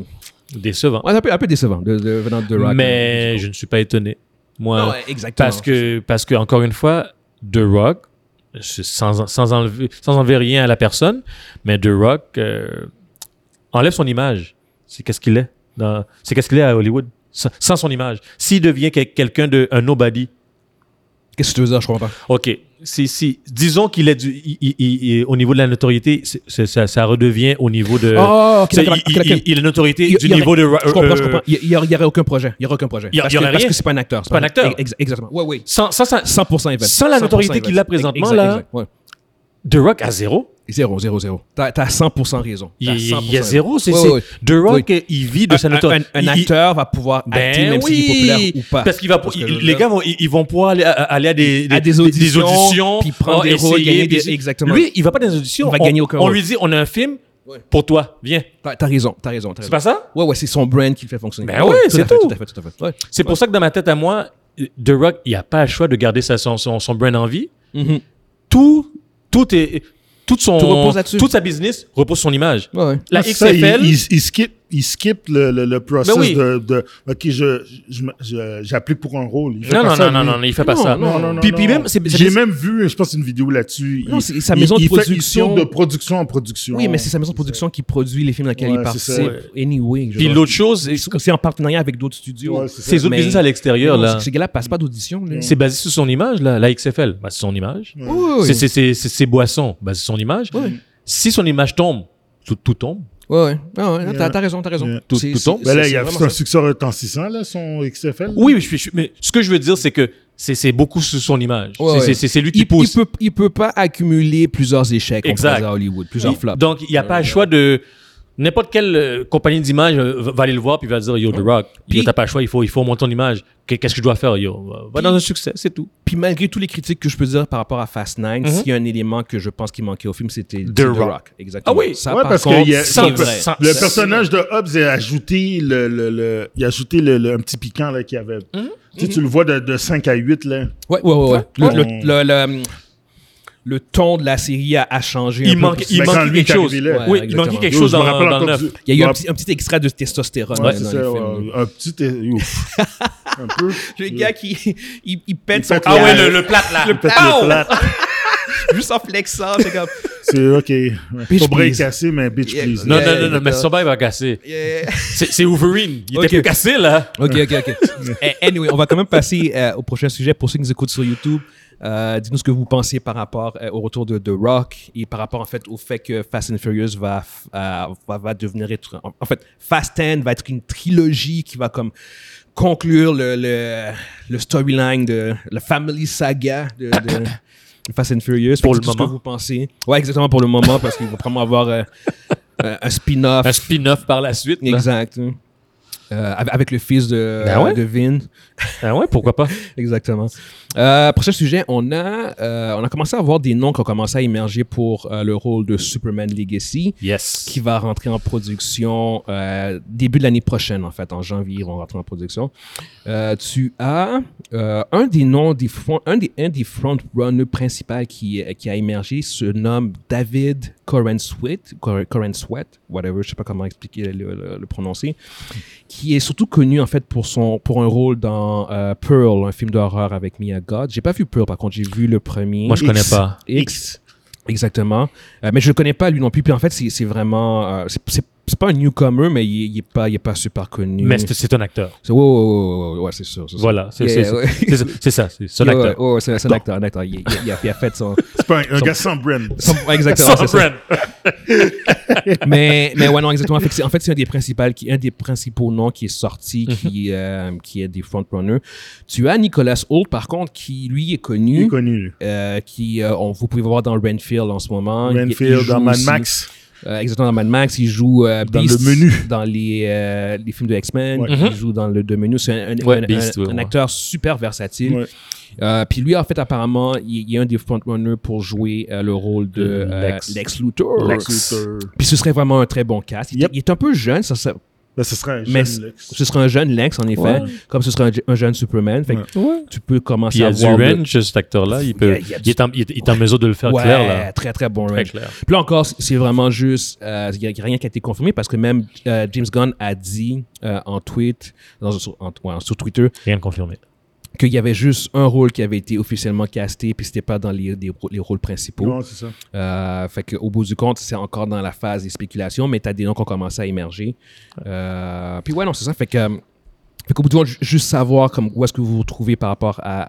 Décevant. ouais, un peu, un peu décevant de, de venant de The Rock. euh, mais je ne suis pas étonné. Moi, Non, ouais, exactement. parce, que, parce que, encore une fois, The Rock, je- sans, sans, enlever, sans enlever rien à la personne, mais The Rock euh, enlève son image. C'est qu'est-ce qu'il est. dans- C'est qu'est-ce qu'il est à Hollywood. Sans, sans son image. S'il devient quel- quelqu'un de un nobody, Qu'est-ce que tu veux dire, je comprends pas. OK. Si, si, disons qu'il est du- il- il- il- au niveau de la notoriété, c'est- c'est- ça, ça redevient au niveau de. Oh, ok, Euh, C'est- d'accord, il, ok, il- ok. il a une notoriété Il- du il y aurait- niveau de. Ra- Je comprends, euh, je comprends. Il n'y aurait aucun projet. Il n'y aurait aucun projet. Il y a- parce il y que- aurait parce rien. que c'est pas un acteur. C'est pas un acteur. Ex- exactement. Ouais, oui. Sans, sans, sans- 100% Evan. Sans la notoriété qu'il a présentement, là. Ouais. The Rock à zéro. Zéro, zéro, zéro. T'as t'as 100% raison. Il, T'as il- il y 100% a zéro. C'est, Ouais, c'est- ouais, ouais. The Rock, il vit de sa Un, un- notoriété. un Il- il- acteur va pouvoir Ben acter, même s'il est oui. populaire ou pas. Parce qu'il va, Parce que il- je veux les dire- gars vont, ils ils vont pouvoir aller, à- à- aller à des, À des auditions, auditions, puis prendre oh, des rôles, essayer gagner des- des- exactement. Lui, il va pas dans les auditions. Il va on, gagner aucun On rôle. lui dit, on a un film Ouais. pour toi. Viens. T'as t'as raison, t'as raison. C'est pas ça? Ouais, ouais, c'est son brand qui le fait fonctionner. Ben Ouais, ouais, à c'est fait, tout. à fait, tout à fait. Ouais. C'est pour ça que dans ma tête à moi, The Rock, il a pas le choix de garder sa, son, son, son brand en vie. Mhm. Tout, tout est, toute son, Tout repose là-dessus. toute sa business repose sur son image. Ouais, ouais. La Ah, ça, XFL, il, il, il skip, il skip le, le, le process Ben oui. de, de. Ok, je- je me- je- j'applique pour un rôle. Il fait non, pas non, ça, non, non, lui. non, non, il fait pas Non, ça. Ah non, non, Puis, puis même, c'est, c'est- J'ai même vu, je pense, une vidéo là-dessus. Non, Il- c'est sa maison il- de il fait- il production. saute de production en production. Oui, mais c'est sa maison de production qui produit les films dans lesquels Ouais, il c'est ça, participe. Anyway. je puis veux dire. l'autre chose, c'est- C'est- C'est en partenariat avec d'autres studios. Ouais, c'est ça. ces autres Mais- business à l'extérieur, Non, là, c'est que Ces gars-là passent pas d'audition. là. c'est basé sur son image, là, la XFL, bah, c'est son image. Oui, oui, oui. C'est, c'est, c'est, c'est ses boissons, bah, c'est son image. Si son image tombe, tout, tout tombe. Ouais, ouais. Ah ouais, non, Yeah. t'as, t'as raison, t'as raison. Yeah. Tout- C'est- tout c'est- tombe. Ben là, c'est- il y a c'est c'est un vraiment ça. succès retentissant, là, son XFL. Oui, mais, je suis, je suis- mais ce que je veux dire, c'est que c'est, c'est beaucoup sur son image. Ouais, c'est, ouais. c'est, c'est, c'est lui qui Il, il pousse. peut, il peut pas accumuler plusieurs échecs on Exact. pourrait dire, à Hollywood, plusieurs Il- flops. Donc, il n'y a pas le choix de. N'importe quelle euh, compagnie d'image euh, va va aller le voir puis va dire Yo, The Rock, Puis- yo, t'as pas le choix, il faut, il faut monter ton image. Qu- Qu'est-ce que je dois faire, yo Va- Va dans un succès, c'est tout. Puis malgré tous les critiques que je peux dire par rapport à Fast Nine, Mhm. s'il y a un élément que je pense qui manquait au film, c'était The, Rock. Exactement. Ah oui. ça, Ouais, par parce que contre, il y a- c'est sans- vrai. sans- Le Ça, personnage de Hobbs il a ajouté, le, le, le- il a ajouté le, le- un petit piquant là, qu'il y avait. Hum? Tu, sais, tu le vois de, de 5 à 8. Là. Ouais, ouais, ouais. ouais. Le, Ouais. le- le- le- le ton de la série a, a changé. un Il peu manque, plus. il Ben, quand manque lui est quelque chose. arrivé là. oui, Ouais, il manque quelque Yo, chose je me dans, rappelle dans encore le neuf. du- Il y a eu un Ouais, petit, un petit extrait de testostérone Ouais, dans c'est le ça. film. ouais, Un petit. euh, ouf. un peu. Le gars qui il, il pète Il son pète Ah ouais, Le- le, le plat là. Le pète Pow! le plat. juste en flexant, c'est comme C'est OK. Bitch, Ton bras est please. cassé, mais bitch, Yeah. please. Non, Yeah, non, non, non, mais d'accord. son bain va casser. Yeah. C'est c'est Wolverine. Il Ok. était plus cassé, là. OK, OK, OK. Eh, anyway, on va quand même passer euh, au prochain sujet. Pour ceux qui nous écoutent sur YouTube, euh, dites-nous ce que vous pensez par rapport euh, au retour de The Rock et par rapport en fait au fait que Fast and Furious va, f- euh, va, va devenir... être- en, en fait, Fast and va être une trilogie qui va comme conclure le, le, le storyline de la family saga de... de- de Fast and Furious. Pour Fait le que dites-nous ce moment. que vous pensez. Ouais, exactement pour le moment parce qu'ils vont probablement avoir euh, euh, un spin-off. Un spin-off par la suite. là. Exact. hein. Euh, avec avec le fils de, Ben ouais. de Vin. Ah ouais, pourquoi pas? Exactement. Euh, prochain sujet, on a, euh, on a commencé à avoir des noms qui ont commencé à émerger pour euh, le rôle de Superman Legacy, Yes. qui va rentrer en production euh, début de l'année prochaine, en fait. En janvier, ils vont rentrer en production. Euh, tu as euh, un des noms, des front- un des, un des front-runners principaux qui, euh, qui a émergé se nomme David Coren Sweat, Coren Sweat, whatever, je sais pas comment expliquer le, le- le prononcer qui est surtout connu en fait pour son pour un rôle dans euh, Pearl, un film d'horreur avec Mia Goth. J'ai pas vu Pearl par contre, j'ai vu le premier. Moi, je connais pas. X. Exactement. Euh, mais je le connais pas lui non plus. Puis en fait, c'est c'est vraiment euh, c'est- c'est- c'est pas un newcomer, mais il, il est pas, il est pas super connu. Mais c'est- c'est un acteur. c'est ouais, ouais, ouais, ouais, ouais, ouais, c'est sûr. c'est sûr. Voilà, c'est Yeah, c'est- ouais. c'est- c'est- c'est ça, c'est son Ouais, acteur. ouais, ouais, c'est c'est un acteur, un acteur. Il, il- il a, il a fait son. C'est pas un, un Son- gars sans brand. son- ouais, exactement. Son c'est ça. brand. mais, mais ouais, non, exactement. Fait que c'est- en fait, c'est un des principaux, qui, un des principaux noms qui est sorti, Mhm. qui, euh, qui est des frontrunners. Tu as Nicolas Hoult, par contre, qui lui est Il connu. est connu, lui. euh, qui euh, on, vous pouvez voir dans Renfield en ce moment. Ah, Il- il Renfield, joue dans Mad aussi- Max. Euh, exactement, dans Mad Max. Il joue euh, Dans Beast le menu. Dans les, euh, les films de X-Men. Ouais. Il joue dans le de menu. C'est un, un- Ouais, un- Beast, un- ouais, un ouais. acteur super versatile. Ouais. Euh, Puis lui, en fait, apparemment, il, il est un des frontrunners pour jouer euh, le rôle de euh, Lex. Lex. Luthor. Lex Luthor. Puis ce serait vraiment un très bon cast. Il, Yep. il est un peu jeune, ça, ça- Ben, ce serait un jeune mais Lex. ce serait un jeune Lex, en effet, Ouais. comme ce serait un, je- un jeune Superman. Fait que tu peux Puis commencer il y à a du voir... le- range, cet acteur-là. Il, Il y peut, a- il y a il, est en, il est- il est en mesure de le faire ouais, clair, là. très, très bon Très range. clair. Puis là encore, c- c'est vraiment juste, il n'y a rien qui a été confirmé parce que même euh, James Gunn a dit euh, en tweet, dans- sur, en- ouais, sur Twitter, Rien de confirmé. qu'il y avait juste un rôle qui avait été officiellement casté, puis c'était pas dans les, des rô- les rôles principaux. Non, c'est ça. Euh, fait qu'au bout du compte, c'est encore dans la phase des spéculations, mais t'as des noms qui ont commencé à émerger. Euh, puis ouais, non, c'est ça. Fait que. euh, Fait qu'au bout du compte, ju- juste savoir comme où est-ce que vous vous trouvez par rapport à,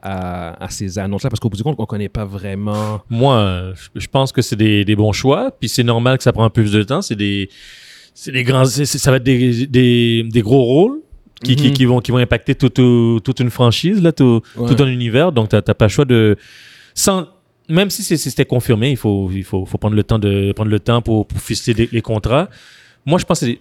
à- à ces annonces-là, parce qu'au bout du compte, on connaît pas vraiment. Moi, euh, je- je pense que c'est des, des bons choix. Puis c'est normal que ça prend un peu plus de temps. C'est des, c'est des grands, c'est- c'est- ça va être des, des, des gros rôles qui, qui, Mhm. qui vont, qui vont impacter tout- tout- toute une franchise, là, tout, Ouais. tout un univers. Donc t'as t'as pas le choix de, sans, même si c'est- c'était confirmé, il faut, il faut, faut prendre le temps de prendre le temps pour, pour ficeler les, les contrats. Moi, je pense que c'est-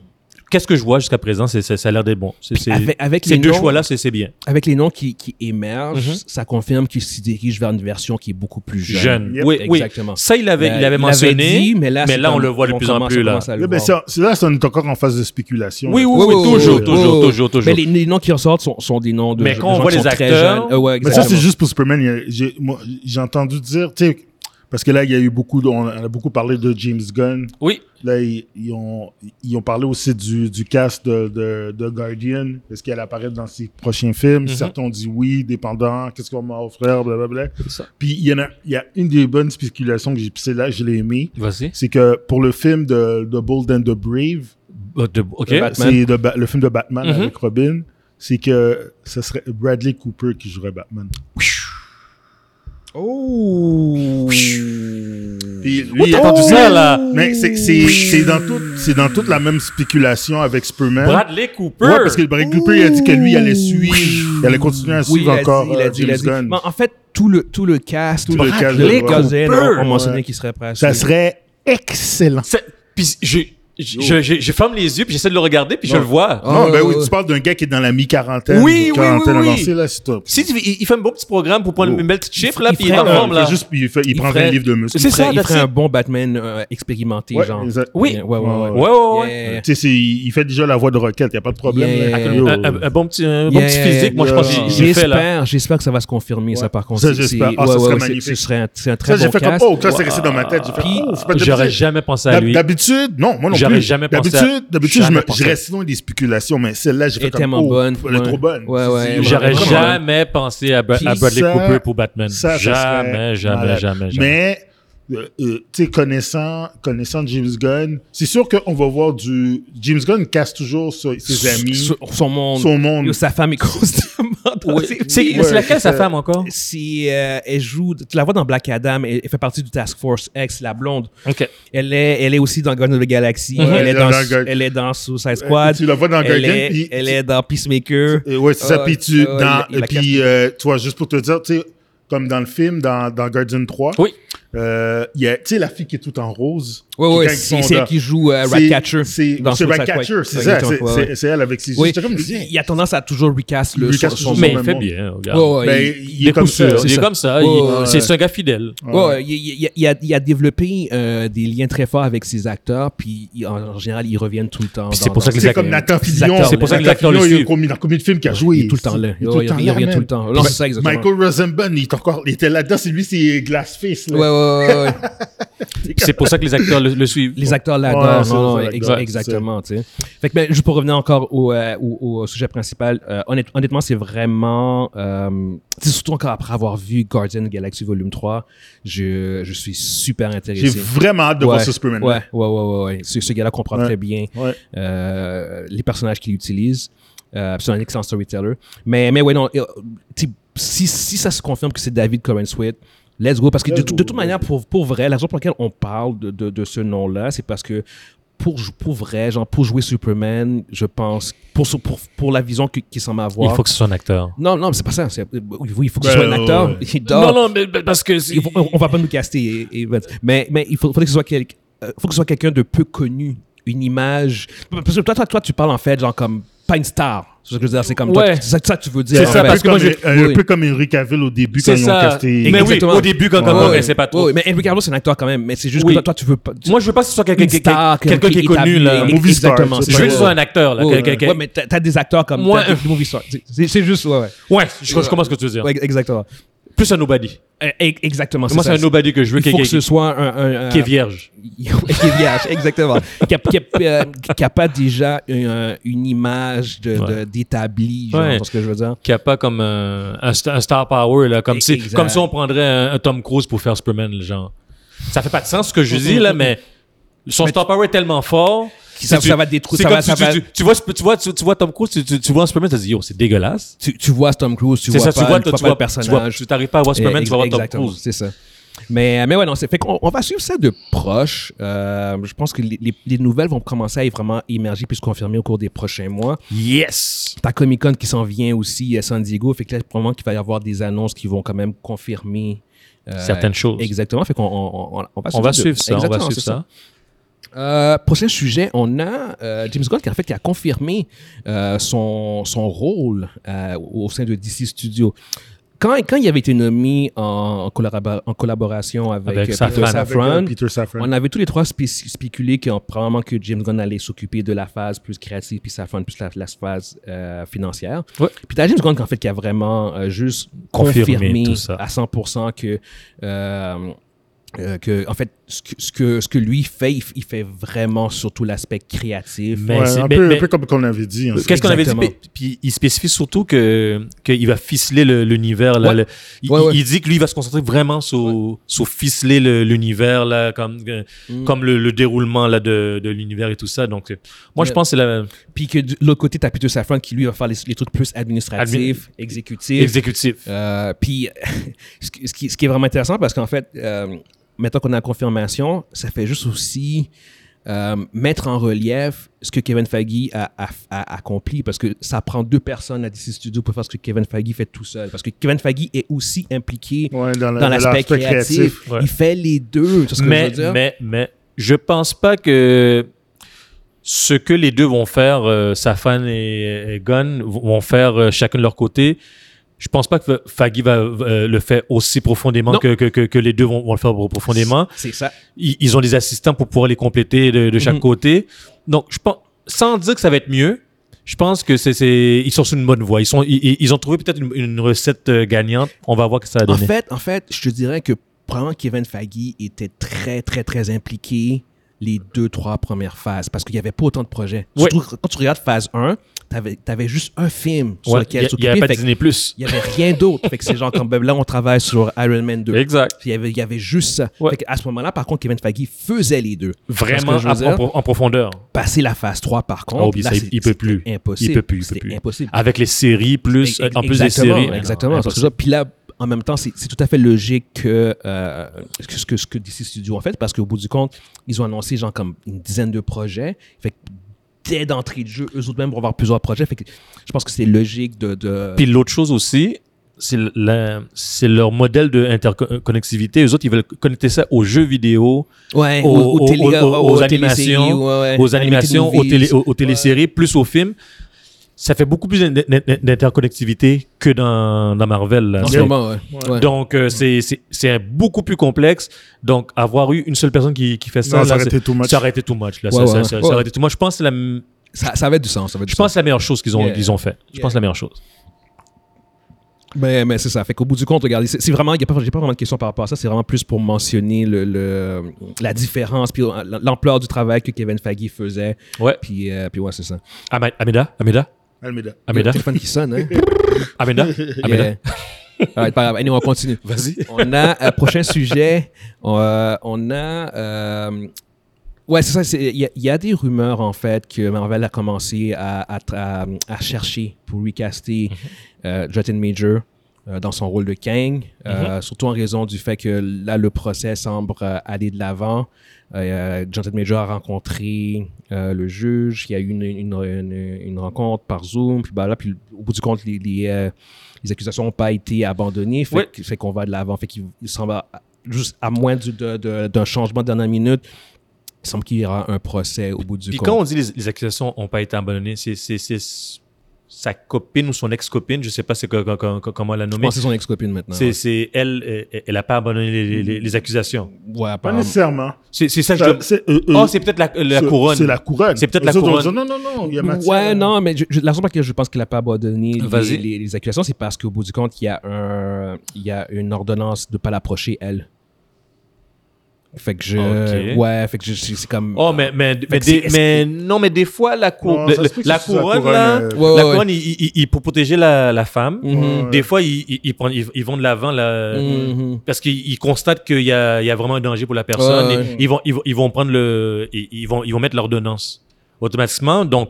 qu'est-ce que je vois jusqu'à présent, c'est c'est- ça a l'air d'être bon. C'est- c'est- Avec, avec Ces les deux noms- choix-là, c'est c'est bien. avec les noms qui, qui émergent, Mhm. ça confirme qu'ils se dirigent vers une version qui est beaucoup plus jeune. Jeune. Yep. Oui, oui. Exactement. Ça, il avait, Euh, il avait mentionné. dit, mais là, mais c'est là, on comme- le voit de on plus en commence- plus, on là. commence à le Là, ben, voir. ça- là, ça, on est encore en phase de spéculation. Oui, là. oui, Oui, oui, oui, toujours, oui, toujours, oui. toujours, toujours. Mais les, les noms qui ressortent sont, sont des noms de Mais je- quand gens on voit qui les sont très acteurs- jeunes. Euh, ouais, Mais ça, c'est exactement. juste pour Superman. il y a- J'ai moi, j'ai entendu dire, tu sais, parce que là, il y a eu beaucoup, de- on a beaucoup parlé de James Gunn. Oui. Là, ils, ils ont, ils ont parlé aussi du, du cast de, de, de Guardian. Est-ce qu'elle apparaît dans ses prochains Mhm. films? Certains ont dit oui, dépendant. Qu'est-ce qu'on m'a offert? Blablabla. ça. Puis il y, en a, il y a une des bonnes spéculations que j'ai, puis c'est là, que je l'ai aimé. Vas-y. C'est que pour le film de, de Bold and the Brave, Bah, OK. Le Batman. c'est de Ba- le film de Batman Mhm. avec Robin, c'est que ce serait Bradley Cooper qui jouerait Batman. Oh. Puis Oh, lui, t'as entendu ça, là? Mais c'est- c'est c'est dans, tout- c'est dans toute la même spéculation avec Superman. Bradley Cooper. Ouais, parce que Bradley Cooper, il a dit que lui, il allait suivre, il allait continuer à Oui, il suivre a dit, encore il a euh, dit, il a James dit. Gunn. Mais en fait, tout le tout le cast, Tout le Bradley cast de- ouais. Cousin, Cooper. on, on mentionnait Ouais. qu'il serait prêt. à Ça suivre. serait excellent. C'est- Puis je, je, je, je- je ferme les yeux, puis j'essaie de le regarder, puis je Non. le vois. Ah, ouais, non, ben ouais, oui, ouais. tu parles d'un gars qui est dans la mi-quarantaine. Oui, oui, quarantaine oui, oui. avancée, là, c'est top. Si tu- il, il fait un beau petit programme pour prendre Oh. une belle petite chiffre, Il- là, il puis il est en ferait, euh, forme, il, là. fait juste, il, fait, il Il prendrait ferait- un livre de muscle. C'est il ferait, ça, il ferait that's un it. bon Batman euh, expérimenté, Ouais, genre. exact. Oui. Ouais, ouais, ouais. Ouais, ouais, ouais. Yeah. Tu sais, c'est- il fait déjà la voix de Rocket, il n'y a pas de problème. Yeah. là. Un- Yo. Un, un- un bon petit, un bon Yeah, petit yeah, physique, moi, je yeah. pense que j'ai- j'ai fait, là. J'espère, j'espère que ça va se confirmer, ça, par contre. Ça, C'est- j'espère. c'est- Ah, ça ouais, serait ouais, c'est- Ce magnifique. serait un, c'est un très Ça, j'ai bon fait comme, cast. oh, ça, c'est resté dans ma tête. J'ai fait, Puis, oh, c'est pas J'aurais d'habitude. jamais pensé à D'hab- lui. D'habitude, non, moi non J'aurais plus. jamais pensé à- D'habitude, d'habitude, je, jamais me- pensé je à- reste loin des spéculations, mais celle-là, j'ai Elle fait est comme, tellement oh, bonne. Elle est Ouais. trop bonne. Ouais, ouais, C'est- ouais. J'aurais Vraiment. jamais pensé à, Bra- Puis à Bradley ça- Cooper pour Batman. Ça, ça jamais, serait jamais, malade. jamais, jamais. Mais, euh, euh, tu sais, connaissant, connaissant James Gunn, c'est sûr qu'on va voir du. James Gunn casse toujours ses, ses amis, Son- Son monde. son monde. Yo, Sa femme est constamment dans Oui. ses- C'est Ouais, c'est laquelle, sa c'est- femme, encore? C'est, euh, elle joue, tu la vois dans Black Adam, elle, elle fait partie du Task Force X, la blonde. OK. Elle est, elle est aussi dans Guardians of the Galaxy, Ouais, elle, est elle est dans, dans Gu- elle est dans Suicide Euh, Squad, tu la vois dans elle, Guardian, est, puis- elle est dans Peacemaker. Et ouais, c'est ça. Ah, Puis, tu, ah, dans, il- il la puis euh, tu vois, juste pour te dire, tu sais, comme dans le film, dans, dans Guardian 3, Oui. euh, il y a, tu sais, la fille qui est toute en rose. Ouais, qui- ouais, quand ils c'est sont c'est dans- elle qui joue euh, c'est- Ratcatcher. C'est dans c'est Suicide Ratcatcher, Squad. c'est ça. Exactement, C'est ouais, ouais. c'est- c'est elle avec ses. Oui, c'est comme je dis. il a tendance à toujours recast le Recast son, toujours son le Mais monde. il même fait monde. bien, regarde. Ouais, ouais, Ben, il- il est comme ça. c'est Il est ça. comme ça. Ouais, il- ouais, c'est ouais. c'est un gars fidèle. Ouais, ouais, il, il- il- il a, il a développé euh, des liens très forts avec ses acteurs, puis il- en, en général, ils reviennent tout le temps. Puis c'est dans- pour ça dans- que les C'est comme acteurs- Nathan Fillion. acteurs, c'est pour ça que les Nathan acteurs le Fillion, il est suivent. combien- dans combien de films qu'il a joué Il est tout le temps là. Il est Ouais, tout le il temps Bah, revient là, tout le man. temps. Non, c'est ça, exactement. Michael Rosenbaum, il, est encore, il était là-dedans, c'est lui, c'est Glassface. Là. Ouais, ouais, ouais, ouais. C'est pour ça que les acteurs le, le suivent. Les acteurs Ouais, l'adorent. c'est non, non, ça, ex- l'adorent, exactement. tu sais. Fait que, ben, juste pour revenir encore au, euh, au- au sujet principal, euh, honnête- honnêtement, c'est vraiment. euh, tu sais, surtout encore après avoir vu Guardian Galaxy Volume 3, je, je suis super J'ai intéressé. vraiment hâte de Ouais, voir ce Superman. Ouais, ouais, ouais, ouais, ouais. Ce, ce gars-là comprend Ouais. très bien Ouais. euh, les personnages qu'il utilise. Euh, puis c'est un excellent storyteller. Mais, mais ouais, non. euh, tu- Si, si ça se confirme que c'est David Coren-Swift, let's go. Parce que de, Let's tout- go, de toute manière, let's pour, pour vrai, la raison pour laquelle on parle de, de, de ce nom-là, c'est parce que pour, jou- pour vrai, genre, pour jouer Superman, je pense, pour, ce- pour, pour la vision qui, qui semble avoir. Il faut que ce soit un acteur. Non, non, mais c'est pas ça. C'est- Oui, il faut que ce Ben, soit un ouais, acteur. ouais. Il dort. Non, non, mais mais parce que. c'est- Il faut- on va pas nous caster. et- et- mais, mais il faut, faudrait que ce soit, quel- euh, faut que ce soit quelqu'un de peu connu, une image. Parce que toi, toi, toi, tu parles en fait, genre comme pas une star. C'est ce que je veux dire. C'est comme toi. Ouais. C'est ça que ça que tu veux dire. hein. C'est en fait. ça, un peu parce que moi, comme, j'ai- euh, un oui. peu comme Henry Cavill au début quand C'est ils ont ça. casté. Mais oui, Exactement. au début, quand Ouais, on ouais. connaissait pas trop. Ouais, mais Henry Carlos, c'est un acteur quand même. Mais c'est juste Oui. que toi, toi, tu veux pas. tu- Moi, je veux pas que ce soit quelqu'un une quelqu'un- star, quelqu'un qui est connu, établi, là. et- Movie star, Exactement. c'est Je veux ouais, que ce soit un acteur, là. ouais, ouais, quelqu'un- ouais, mais t'as t'as des acteurs comme. Moi- t'as des movie stars. C'est- C'est c'est juste. Ouais, ouais. Ouais, je je comprends ce que tu veux dire. Ouais, Exactement. Plus un nobody. Euh, e- Exactement. Moi, c'est ça. un nobody que je veux, Il faut quelqu'un que ce qui soit un. un- un- qui est vierge. qui est vierge, exactement. qui a- qui a- euh, qui a pas déjà une, une image de- de- Ouais. d'établi, genre, Ouais. c'est ce que je veux dire. Qui a pas comme euh, un, sta- un star power, là. Comme si, Exact. comme si on prendrait un, un Tom Cruise pour faire Superman, le genre. Ça fait pas de sens ce que je dis, là, mais. Son star power est tellement fort. Ça- Si ça va détruire- c'est ça comme va- tu, ça va- tu- tu vois, tu vois, tu, tu vois Tom Cruise, tu, tu- tu vois un Superman, tu te dis, yo, c'est dégueulasse. Tu, tu vois Tom Cruise, tu C'est vois ça, pas, tu vois, tu vois pas toi, tu vois, le tu vois, personnage. tu t'arrives pas à voir Superman, Eh, tu vas voir Tom exactement, Cruise. C'est ça. Mais, mais ouais, non, c'est fait qu'on on va suivre ça de proche. Euh, je pense que les, les- les nouvelles vont commencer à vraiment émerger puis se confirmer au cours des prochains mois. Yes! T'as Comic Con qui s'en vient aussi à San Diego. Fait que là, probablement qu'il va y avoir des annonces qui vont quand même confirmer. euh, Certaines choses. Exactement. Fait qu'on on, on- on va, On va de- suivre ça, on va Exactement, suivre c'est ça. ça. Euh, prochain sujet, on a euh, James Gunn qui a, fait, qui a confirmé euh, son, son rôle euh, au sein de DC Studios. Quand, quand il avait été nommé en, collabora- en collaboration avec, Avec euh, Safran. Peter Avec, Avec, euh, Safran, Peter Safran. on avait tous les trois spé- spéculé que probablement que James Gunn allait s'occuper de la phase plus créative, puis Safran plus la, la phase euh, financière. Ouais. Puis t'as James Gunn qui, en fait, qui a vraiment euh, juste Confirmé confirmé, tout ça. à 100% que... euh, euh, que en fait ce que, ce que ce que lui fait il, f- il fait vraiment surtout l'aspect créatif Mais Ouais, c'est- un, mais- peu, un mais- peu comme qu'on avait dit. hein. Qu'est-ce qu'on avait dit? Exactement. Puis- Puis il spécifie surtout que qu'il va ficeler le- l'univers. là, Ouais. le- il, Ouais, ouais. il dit que lui il va se concentrer vraiment sur, sur ficeler le- l'univers là, comme euh, Mm. comme le, le déroulement là de, de l'univers et tout ça. Donc euh, moi je Ouais. pense que c'est la puis que de l'autre côté t'as Peter Safran qui lui va faire les, les trucs plus administratifs exécutifs exécutif. Euh, puis ce, qui- ce qui, ce qui est vraiment intéressant parce qu'en fait euh, maintenant qu'on a la confirmation ça fait juste aussi euh, mettre en relief ce que Kevin Feige a, a- a accompli parce que ça prend deux personnes à DC Studios pour faire ce que Kevin Feige fait tout seul parce que Kevin Feige est aussi impliqué Ouais, dans, dans la- dans l'aspect créatif. ouais. Il fait les deux. tu vois ce que je Mais veux dire? mais mais je pense pas que ce que les deux vont faire, euh, Safan et, et Gunn vont- vont faire euh, chacun de leur côté. Je pense pas que Faggy va euh, le faire aussi profondément Non. que, que, que, que les deux vont, vont le faire profondément. C'est ça. ils, ils ont des assistants pour pouvoir les compléter de, de chaque Mhm. côté. Donc, je pense, sans dire que ça va être mieux, je pense que c'est, c'est- ils sont sur une bonne voie. Ils sont, ils, ils- ils ont trouvé peut-être une, une recette euh, gagnante. On va voir que ça va En donner. fait, en fait, je te dirais que probablement Kevin Faggy était très, très, très impliqué les deux, trois premières phases parce qu'il n'y avait pas autant de projets. Oui. Surtout quand tu regardes phase 1, tu avais, juste un film sur Ouais, lequel il n'y a, s'occuper. pas fait Disney Plus. qu'il y avait rien d'autre. fait que c'est genre comme ben là, on travaille sur Iron Man 2. Exact. Puis Il y, avait, il y avait juste ça. Ouais. à ce moment-là, par contre, Kevin Faggy faisait les deux. Vraiment Parce que je veux en- dire- en, en profondeur. Passer la phase 3, par contre, Ah, oublie là, ça, il- c'est- il peut c'était plus. Impossible. Il peut plus, il peut C'était plus. impossible. Avec les séries plus, euh, en plus des Exactement, séries. Exactement. Ah non, parce que impossible. ça, puis là, en même temps, c'est c'est tout à fait logique que, euh, que ce que ce que DC Studios ont fait, parce qu'au bout du compte, ils ont annoncé genre comme une dizaine de projets. Fait que dès d'entrée de jeu, eux autres mêmes vont avoir plusieurs projets. Fait que je pense que c'est logique de. de... Puis l'autre chose aussi, c'est la- c'est leur modèle d'interconnectivité. Eux autres, ils veulent connecter ça aux jeux vidéo. ouais, aux- au- au aux- télé- aux- aux téléséries, animations, ouais, ouais, aux animations, animated aux, movies. télé- aux- aux téléséries, plus aux films. Ça fait beaucoup plus d'in- d'in- d'interconnectivité que dans, dans Marvel. là. En ce C'est- moment, ouais. Ouais. Donc, euh, c'est- c'est c'est un- beaucoup plus complexe. Donc, avoir eu une seule personne qui, qui fait ça, Non, là, ça aurait c'est- été too much. ça aurait été too much. là. Ouais, Ça- ça- ouais. ça- ça Ouais. aurait été too much. Je pense que c'est la, m- Ça, ça avait du sens. Ça avait du je pense que c'est la meilleure chose qu'ils ont, Yeah. qu'ils ont fait. Je pense que Yeah. c'est la meilleure chose. Mais, mais c'est ça. Fait qu'au bout du compte, regardez, c'est c'est vraiment, y a pas, j'ai pas vraiment de questions par rapport à ça. C'est vraiment plus pour mentionner le, le- la différence, puis euh, l'ampleur du travail que Kevin Faggy faisait. Ouais. Puis, euh, puis ouais, c'est ça. Ama- Ameda, Ameda, Almeida. Il y a Ameda, le téléphone qui sonne, hein? Ameda, Ameda. Yeah. Alright, pas grave. Anyway, on continue. Vas-y. On a un prochain sujet. On, euh, on a. euh, ouais, c'est ça. c'est- Il y, a- il y a des rumeurs, en fait, que Marvel a commencé à, à tra- à chercher pour recaster euh, Jonathan Major euh, dans son rôle de Kang, euh, surtout en raison du fait que là, le procès semble euh, aller de l'avant. Euh, Jonathan Major a rencontré euh, le juge, il y a eu une, une, une- une rencontre par Zoom, puis, bah là, puis au bout du compte, les, les, euh, les accusations n'ont pas été abandonnées, fait, Ouais. que- fait qu'on va de l'avant, fait qu'il il semble, à- juste à moins du- de- de- d'un changement de dernière minute, il semble qu'il y aura un procès au bout du Puis compte. quand on dit les, les accusations n'ont pas été abandonnées, c'est c'est- c'est s- sa copine ou son ex-copine, je sais pas c'est co- co- co- comment elle l'a Je nommée. pense que c'est son ex-copine maintenant. C'est c'est elle, euh, elle n'a pas abandonné les, les- les accusations. ouais. Ouais, Pas apparemment. nécessairement. C'est c'est ça que Ça, je. c'est- eux- eux- Oh, c'est peut-être la, la c'est- couronne. C'est la couronne. C'est peut-être la Eux autres, couronne. on dit, non, non, non, il y a matière. Ouais, non, mais je- je- la raison pour laquelle je pense qu'il n'a pas abandonné les, Vas-y. les- les accusations, c'est parce qu'au bout du compte, il y a, un, il y a une ordonnance de ne pas l'approcher, elle. Fait que je. Ok. Ouais, fait que je, c'est c'est comme. Oh, mais, mais, mais, que des- c'est- mais non, mais des fois, la, cour- Non, de- ça se peut que la ce soit la couronne, couronne, là, euh, Ouais, la ouais, couronne, il- il- il- pour protéger la, la femme, Mhm. Ouais. des fois, ils il, il prend- il- ils vont de l'avant la- Mm-hmm. Mhm. parce qu'ils ils constatent qu'il y a, il y a vraiment un danger pour la personne. Ouais, et ouais. Ils, vont, ils, vont, ils vont prendre le. Ils, ils vont, ils vont mettre l'ordonnance automatiquement. Donc,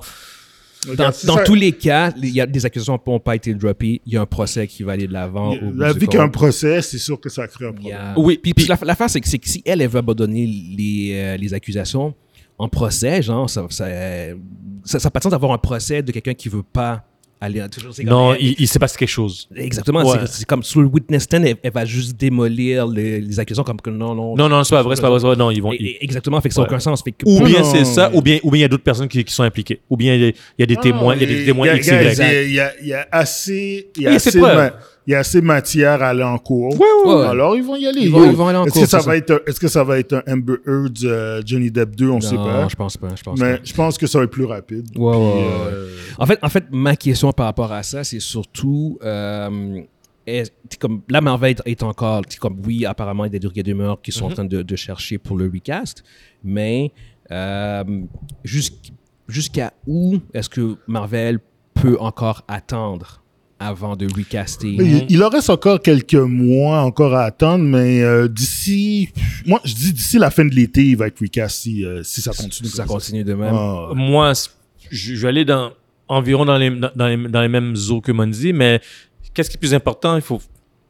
Dans, Regarde, si dans ça- tous les cas, il y a des accusations qui n'ont pas été droppées. Il y a un procès qui va aller de l'avant. au bout La du vie qui a un compte. procès, c'est sûr que ça crée un Il y problème. a- oui, Puis, puis la- l'affaire, c'est que, c'est que si elle, elle veut abandonner les, euh, les accusations en procès, genre, ça ça, ça, ça a pas de sens d'avoir un procès de quelqu'un qui veut pas aller. Toujours, c'est comme- non, elle- il, il se passe quelque chose. Exactement. Ouais. c'est- C'est comme sur le witness stand, elle, elle va juste démolir les, les accusations comme que non, non. Non, non, c'est pas vrai, c'est pas vrai. c'est pas vrai. Non, ils vont. Et- ils- et- exactement. Fait que ça n'a Ouais. aucun sens. Fait que ou Non, bien non, c'est ça, mais- ou bien ou bien il y a d'autres personnes qui, qui sont impliquées. Ou bien il y a, il y a des témoins, il y a des témoins Ah, Il y a- il y XY. a- il y a- il y a assez, il y a Oui, c'est assez, preuve. ma- il y a assez matière à aller en cours. ouais, ouais. Alors ils vont y aller. Ils vont- ils vont aller en est-ce cours, Que ça c'est ça. va être, un- est-ce que ça va être un Amber Heard, euh, Johnny Depp 2, on ne sait Non, pas. je pense pas. Je pense Mais pas. je pense que ça va être plus rapide. Ouais, ouais, Puis, ouais, ouais. euh, En fait, en fait, ma question par rapport à ça, c'est surtout. Euh, est- t'es comme, la Marvel est- est encore. t'es Comme, oui, apparemment, il y a des il y a des rumeurs qui sont Mm-hmm. en train de, de chercher pour le recast, mais euh, jusqu'- jusqu'à où est-ce que Marvel peut encore attendre avant de recaster il, il en reste encore quelques mois encore à attendre, mais euh, d'ici, moi je dis d'ici la fin de l'été, il va être recast si, euh, si ça continue. Ça comme continue de ça. même. Ah, ouais. Euh, Moi, c- je, je vais aller dans environ dans les dans, dans les, dans les mêmes eaux que Mondi, mais qu'est-ce qui est plus important Il faut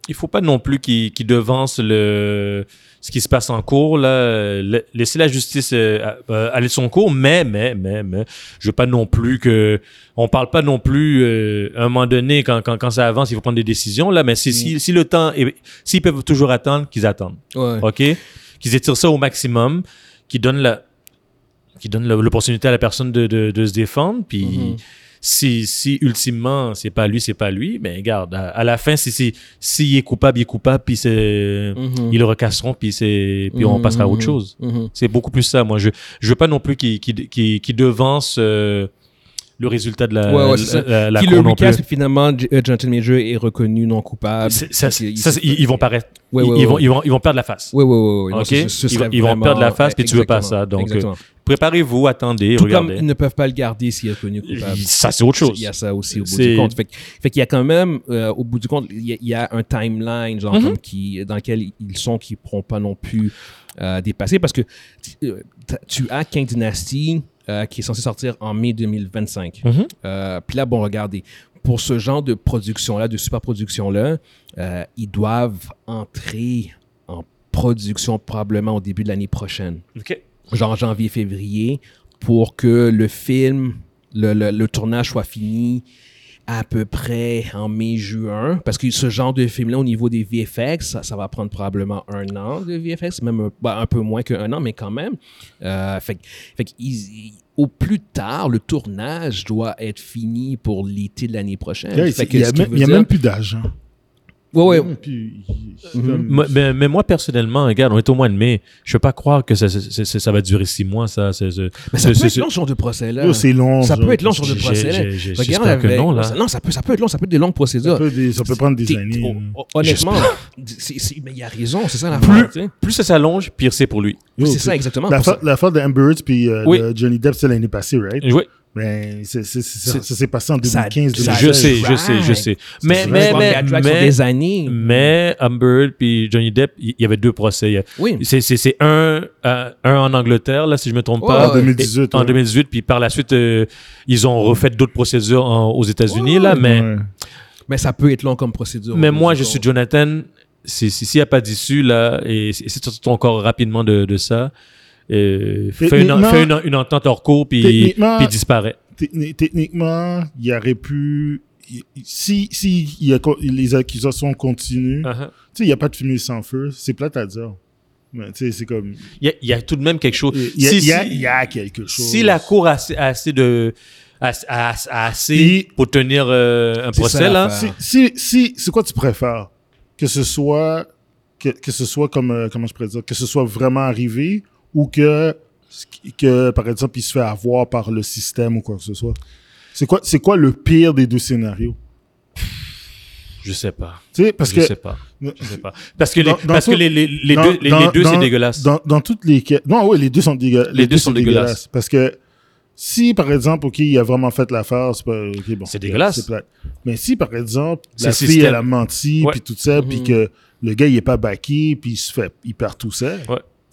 il faut pas non plus qu'il qu'il devance le ce qui se passe en cours là, euh, la- laisser la justice euh, à- euh, aller son cours, mais mais mais mais je veux pas non plus que on parle pas non plus euh, à un moment donné quand, quand, quand ça avance, il faut prendre des décisions là, mais si, si, si le temps est- s'ils peuvent toujours attendre, qu'ils attendent. Ouais. OK? Qu'ils étirent ça au maximum, qu'ils donnent la qui donne l'opportunité à la personne de, de- de se défendre, puis Mhm. si, si ultimement c'est pas lui, c'est pas lui, mais regarde, à, à la fin, si si- s'il est coupable, il est coupable, puis c'est Mhm. ils le recasseront, puis c'est puis on Mhm, passera à autre mhm, chose. mhm. C'est beaucoup plus ça, moi. Je je veux pas non plus qu'il qu'il- qu'il- qu'il devance euh, le résultat de la Ouais, ouais, la- c'est ça. la- la qui cour le non plus. recasse, puis finalement, J- euh, Jonathan Major est reconnu non coupable. C'est- ça- Puis il- ça, c'est- ils ils vont paraître, Ouais, ils, ouais, ils ouais. vont, ils vont ils vont perdre la face. Oui, oui, oui. Ok. Ils vont- ils vont perdre la face, puis tu veux pas ça, donc, euh, Préparez-vous, attendez, Tout comme regardez. ils ne peuvent pas le garder s'il est reconnu coupable. Ça, c'est autre chose. Il y a ça aussi au bout C'est- du compte. Fait, que- fait qu'il y a quand même, euh, au bout du compte, il y a, il y a un timeline genre, Mhm. comme qui, dans lequel ils sont qui ne pourront pas non plus euh, dépasser parce que t- euh, t'as- tu as King Dynasty euh, qui est censé sortir en mai 2025. Mhm. Euh, Puis là, bon, regardez, pour ce genre de production-là, de super production-là, euh, ils doivent entrer en production probablement au début de l'année prochaine OK. genre janvier-février, pour que le film, le, le- le tournage soit fini à peu près en mai-juin. Parce que ce genre de film-là, au niveau des VFX, ça, ça va prendre probablement un an de VFX, même un, bah, un peu moins qu'un an, mais quand même. Euh, fait, que- fait que ils- ils- au plus tard, le tournage doit être fini pour l'été de l'année prochaine. Yeah, Fait c'est- que Il n'y a, ce qui même- veut il y a dire- même plus d'argent. Ouais, ouais. Mm, Puis, il- il- Mhm. comme- Moi- ben, mais, mais moi, personnellement, regarde, on est au mois de mai. Je peux pas croire que ça, ça- ça- ça va durer six mois, ça. c'est- c'est- Mais ça c'est- peut être c'est- long, ce genre de procès-là. Yo, c'est long. Ça peut être long, ce genre de J'ai- procès-là. j'ai- j'ai- Regarde j'espère que avec- non, là. ça- Non, ça peut, ça peut être long, ça peut être des longues Ça procédures. peut, des- ça peut prendre des T'es- années. oh, Hum. hein. oh, honnêtement, c'est- c'est- mais il y a raison, c'est ça la Plus- tu sais. Plus ça s'allonge, pire c'est pour lui. Yo, C'est ça, exactement. La Pour fa- ça- la faute d'Amber Heard puis euh, Oui. de Johnny Depp, c'est l'année passée, right? Oui, Ben, c'est- c'est- c'est- ça C'est- ça s'est passé en ça- 2015. ça- je 2016. sais, je sais, je sais. Mais, c'est mais, l'histoire de mais, la drague sur mais, des années. mais Amber Heard puis Johnny Depp, il y, y avait deux procès. Il y a- Oui. C'est, c'est, c'est un, euh, un en Angleterre, là, si je me trompe Ouais, pas. euh, ouais. En 2018. en ouais. 2018, puis par la suite, euh, ils ont refait d'autres procédures en- aux États-Unis, Ouais, là, mais, Ouais. Mais ça peut être long comme procédure. mais moi, je suis Jonathan. Si- si- S'il n'y a pas d'issue, là, et si si tu sors ton corps rapidement de, de ça, euh, fais, une, Techniquement- fais une, une entente hors cours, puis, Techniquement- puis disparaît. Techni- Techniquement, il aurait pu. il- Si, si il y a co- les accusations continuent, Ah. Uh-huh. tu sais, il n'y a pas de fumée sans feu. C'est plate à dire. Mais tu sais, c'est comme. Il y a- il y, a tout de même quelque chose. Il y, a- Si- il y a- si- il y a quelque chose. si la cour a assez, a assez de a- a- a- a assez Puis- pour tenir euh, un C'est procès ça, là l'affaire. Si, si, si, c'est quoi tu préfères? Que ce soit, que, que ce soit comme, euh, comment je pourrais dire, que ce soit vraiment arrivé ou que, que, par exemple, il se fait avoir par le système ou quoi que ce soit? C'est quoi, c'est quoi le pire des deux scénarios? je sais pas Tu sais, parce je que sais pas je sais pas parce que les, Dans- dans parce tout- que les, les, les dans- deux les, dans- les deux c'est dans- dégueulasse Dans, dans toutes les cas- Non, oui, les deux sont, dégueu- les deux deux sont sont dégueulasses. Parce que si, par exemple, OK, il a vraiment fait l'affaire, c'est pas. OK, bon. C'est dégueulasse. C'est plate. Mais si, par exemple, C'est la le fille, système. elle a menti, Ouais. puis tout ça, Mhm. puis que le gars, il est pas baqué, puis il se fait. Il perd tout ça.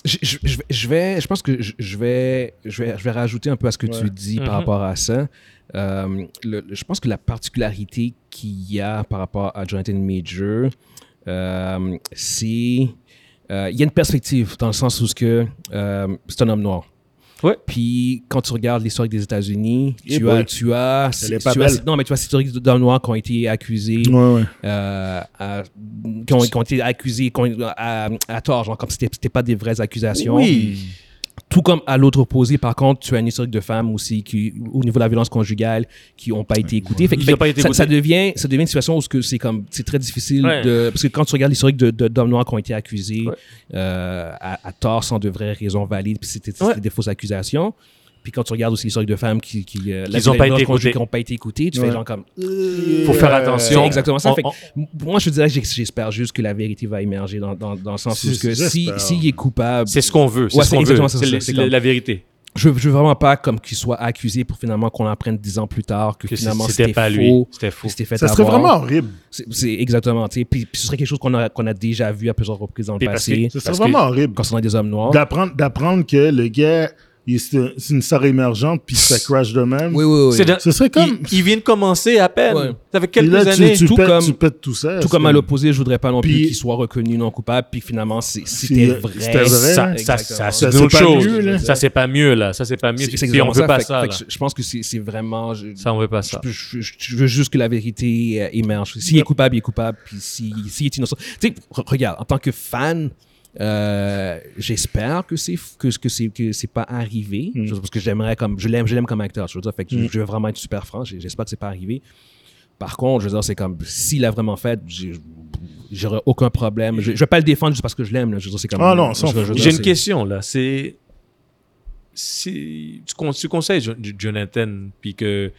je, je- je vais- je vais, je pense que je, je vais, je vais, je vais rajouter un peu à ce que Ouais. tu dis Mhm. par rapport à ça. Euh, le- le- je pense que la particularité qu'il y a par rapport à Jonathan Major, euh, c'est euh, il y a une perspective dans le sens où ce que euh, c'est un homme noir. Ouais. Puis quand tu regardes l'historique des États-Unis, Eh tu boy. as, tu as, Elle est pas tu as- belle. non mais tu as ces historiques d'hommes noirs qui ont été accusés Ouais, ouais. euh, à- qui, ont, qui ont été accusés qui ont- à, à tort, genre comme c'était c'était pas des vraies accusations. oui Tout comme à l'autre opposé, par contre, tu as une historique de femmes aussi qui, au niveau de la violence conjugale, qui n'ont pas été écoutées. Fait que- Qui fait ont pas été ça, écoutées. ça devient, ça devient une situation où ce que c'est comme, c'est très difficile Ouais. de, parce que quand tu regardes l'historique de- de- d'hommes noirs qui ont été accusés Ouais. euh, à, à tort sans de vraies raisons valides, puis c'était c'était Ouais. des fausses accusations. Puis quand tu regardes aussi l'historique de femmes qui, qui, euh, la Qu'ils ont pas violence été conjugale écoutées. qui ont pas été écoutées, tu Ouais. fais genre comme, Euh, faut faire attention Euh, c'est exactement ça. On- Fait que on- m- moi, je dirais que j'ex- j'espère juste que la vérité va émerger dans, dans, dans le sens où C'est- ce que si, j'espère. s'il est coupable, c'est ce qu'on veut c'est Ouais, ce c'est qu'on veut exactement ça, c'est ça, la- c'est la, comme- la vérité je, je veux vraiment pas comme qu'il soit accusé pour finalement qu'on apprenne dix ans plus tard que, que c'est- finalement c'était c'était pas faux, lui c'était qu'il faux s'était fait Ça serait avoir. hein. vraiment horrible. C'est c'est exactement, tu sais. Puis, puis ce serait quelque chose qu'on a, qu'on a déjà vu à plusieurs reprises dans le Puis parce que- passé, Ça serait Parce que- vraiment horrible. quand on a des hommes noirs. D'apprendre, d'apprendre que le gars, il- c'est un- c'est une star émergente, puis ça crash de même. Oui, oui, oui. C'est dans- Ce serait comme. il, il vient de commencer à peine Ouais. ça fait Et quelques là, tu- années tu, tout pètes, comme- tu pètes tout ça. Tout C'est comme à l'opposé, je voudrais pas non plus Puis- qu'il soit reconnu non coupable, puis que finalement, c'est- C'est- c'était vrai. c'était vrai. ça, ça, Exactement. ça, Ça, c'est c'est autre pas chose. mieux, là. ça, c'est pas mieux, là. Ça, c'est pas mieux. C'est- c'est Puis on veut exactement pas Fait- ça, fait là. que je- je pense que c'est c'est vraiment. je- Ça, on veut pas ça. Je, je- je- je veux juste que la vérité euh, émerge. S'il est coupable, il est coupable. Puis s'il s'il est innocent. Tu sais, re- regarde, en tant que fan, euh, j'espère que c'est f- que, que c'est que c'est pas arrivé. Mm. Je- Parce que j'aimerais comme. Je l'aime je l'aime comme acteur. Je veux dire, fait que je- Hmm. je veux vraiment être super franc. J'ai- J'espère que c'est pas arrivé. Par contre, je veux dire, c'est comme. S'il a vraiment fait. j'ai- J'aurais aucun problème. Je, je vais pas le défendre juste parce que je l'aime. là. Je veux dire, c'est comme. Ah non, on s'en je- je veux fout. dire, J'ai une c'est- question là. C'est si tu, con- tu conseilles Jo- Jo- Jonathan, puis que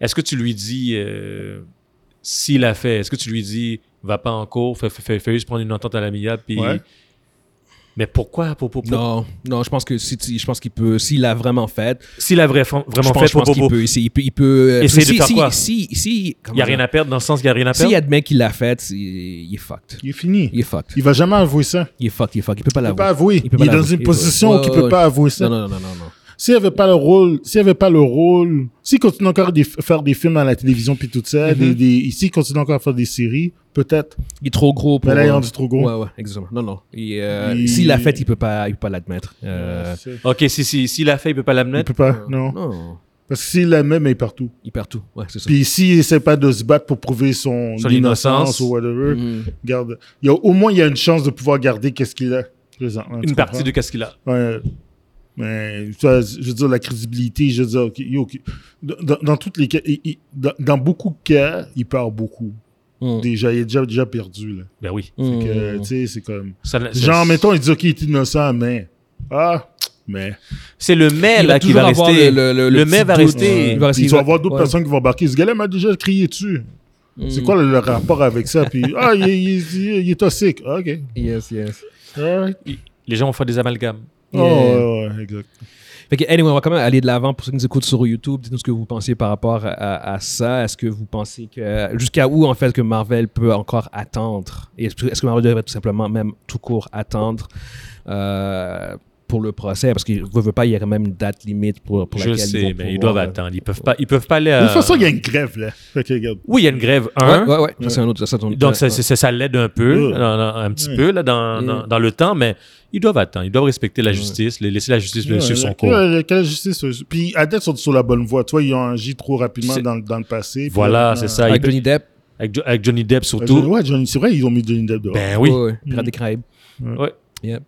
est-ce que tu lui dis euh, s'il a fait, est-ce que tu lui dis va pas en cours, fais, fais- fais- fais juste prendre une entente à l'amiable, puis Ouais. mais pourquoi pour, pour, pour- Non, non, je pense que si tu- je pense qu'il peut, s'il l'a vraiment fait, s'il a vra- vraiment je pense, fait, je pense pour- qu'il pour- peut, essayer- il peut, il peut, euh, Essayer de si- faire si- quoi? Si, si, il y a rien à perdre dans le sens qu'il y a rien à perdre. S'il admet qu'il l'a fait, c'est- il est fucked. Il est fini. Il est fucked. Il va jamais avouer ça. Il est fucked. Il est fucked. Il peut pas Il peut pas l'avouer. avouer. Il peut Il, pas est dans l'avouer. une position Ouais, qu'il ouais, peut ouais. pas avouer ça. Non, non, non, non, non. S'il avait pas le rôle, s'il avait pas le rôle, s'il continue encore à des- faire des films à la télévision puis tout ça, des, des- s'il continue encore à faire des séries, peut-être. Il est trop gros pour. euh, Mais là, il est rendu trop gros. Ouais, ouais, exactement. Non, non. Il, euh, Il- S'il l'a fait, il peut pas, il peut pas l'admettre. Euh, Ok, si si s'il a fait, il peut pas il l'admettre. peut pas, non. non. Parce que s'il l'aimait, mais il est partout. Il perd tout. Ouais, c'est ça. Puis s'il essaie pas de se battre pour prouver son, Son innocence. innocence ou whatever, Mhm. garde. Il y a, au moins, il y a une chance de pouvoir garder qu'est-ce qu'il a présentement. tu Une partie comprends? de qu'est-ce qu'il a. Ouais. Mais, tu vois, je veux dire, la crédibilité, je veux dire, ok, yo, ok. dans, dans- dans toutes les cas, il- il- dans, dans beaucoup de cas, il perd beaucoup. Mm. Déjà, il est déjà, déjà perdu, là. Ben oui. Mm. Fait que, tu sais, c'est comme. Ça- ça- Genre, mettons, il dit, OK, il est innocent, mais. Ah, mais. C'est le mais Il va là qui toujours va avoir rester. le- le- le mais petit va doute. rester. Il va rester- hmm. Il doit y avoir d'autres ouais. personnes qui vont embarquer. Ce gars-là m'a déjà crié dessus. C'est Mm. Hmm. quoi le, le rapport avec ça? Puis, ah, il, il, il- il est toxique. Ah, OK. Yes, yes. Alright. Il- Les gens vont faire des amalgames. Oh, Yeah. ouais, ouais, exact. Fait que, anyway, on va quand même aller de l'avant pour ceux qui nous écoutent sur YouTube. Dites-nous ce que vous pensez par rapport à, à ça. Est-ce que vous pensez que. Jusqu'à où, en fait, que Marvel peut encore attendre Et est-ce que- est-ce que Marvel devrait tout simplement, même tout court, attendre euh, pour le procès Parce qu'il ne veut pas, il y a quand même une date limite pour, pour Je laquelle sais, ils vont mais ils pouvoir, doivent euh, attendre. Ils peuvent pas, ils peuvent pas aller à... De toute façon, il y a une grève, là. Fait que, regarde. Oui, il y a une grève Ouais, 1. ouais, ouais. Ça, c'est un autre. Ça, c'est un autre- Hein? Donc, ça, c'est- ça, ça l'aide un peu, Ouais. dans- dans- un petit Ouais. peu, là, dans, Ouais. dans, dans le temps, mais ils doivent attendre. Ils doivent respecter la Ouais. justice, les- laisser la justice le- Ouais, suivre son la- cours. ouais, la- la justice, euh, Puis, à date, ils sont sur la bonne voie. Toi, ils ont agi trop rapidement C'est- dans, le- dans le passé. puis Voilà, maintenant- c'est ça. Avec Ils- Johnny Depp. Avec, Jo- avec Johnny Depp Ouais, surtout. ouais, Johnny- c'est vrai, ils ont mis Johnny Depp dehors. ben oui, Ouais, ouais, Pirates Mm. des Caraïbes. Ouais. Yeah.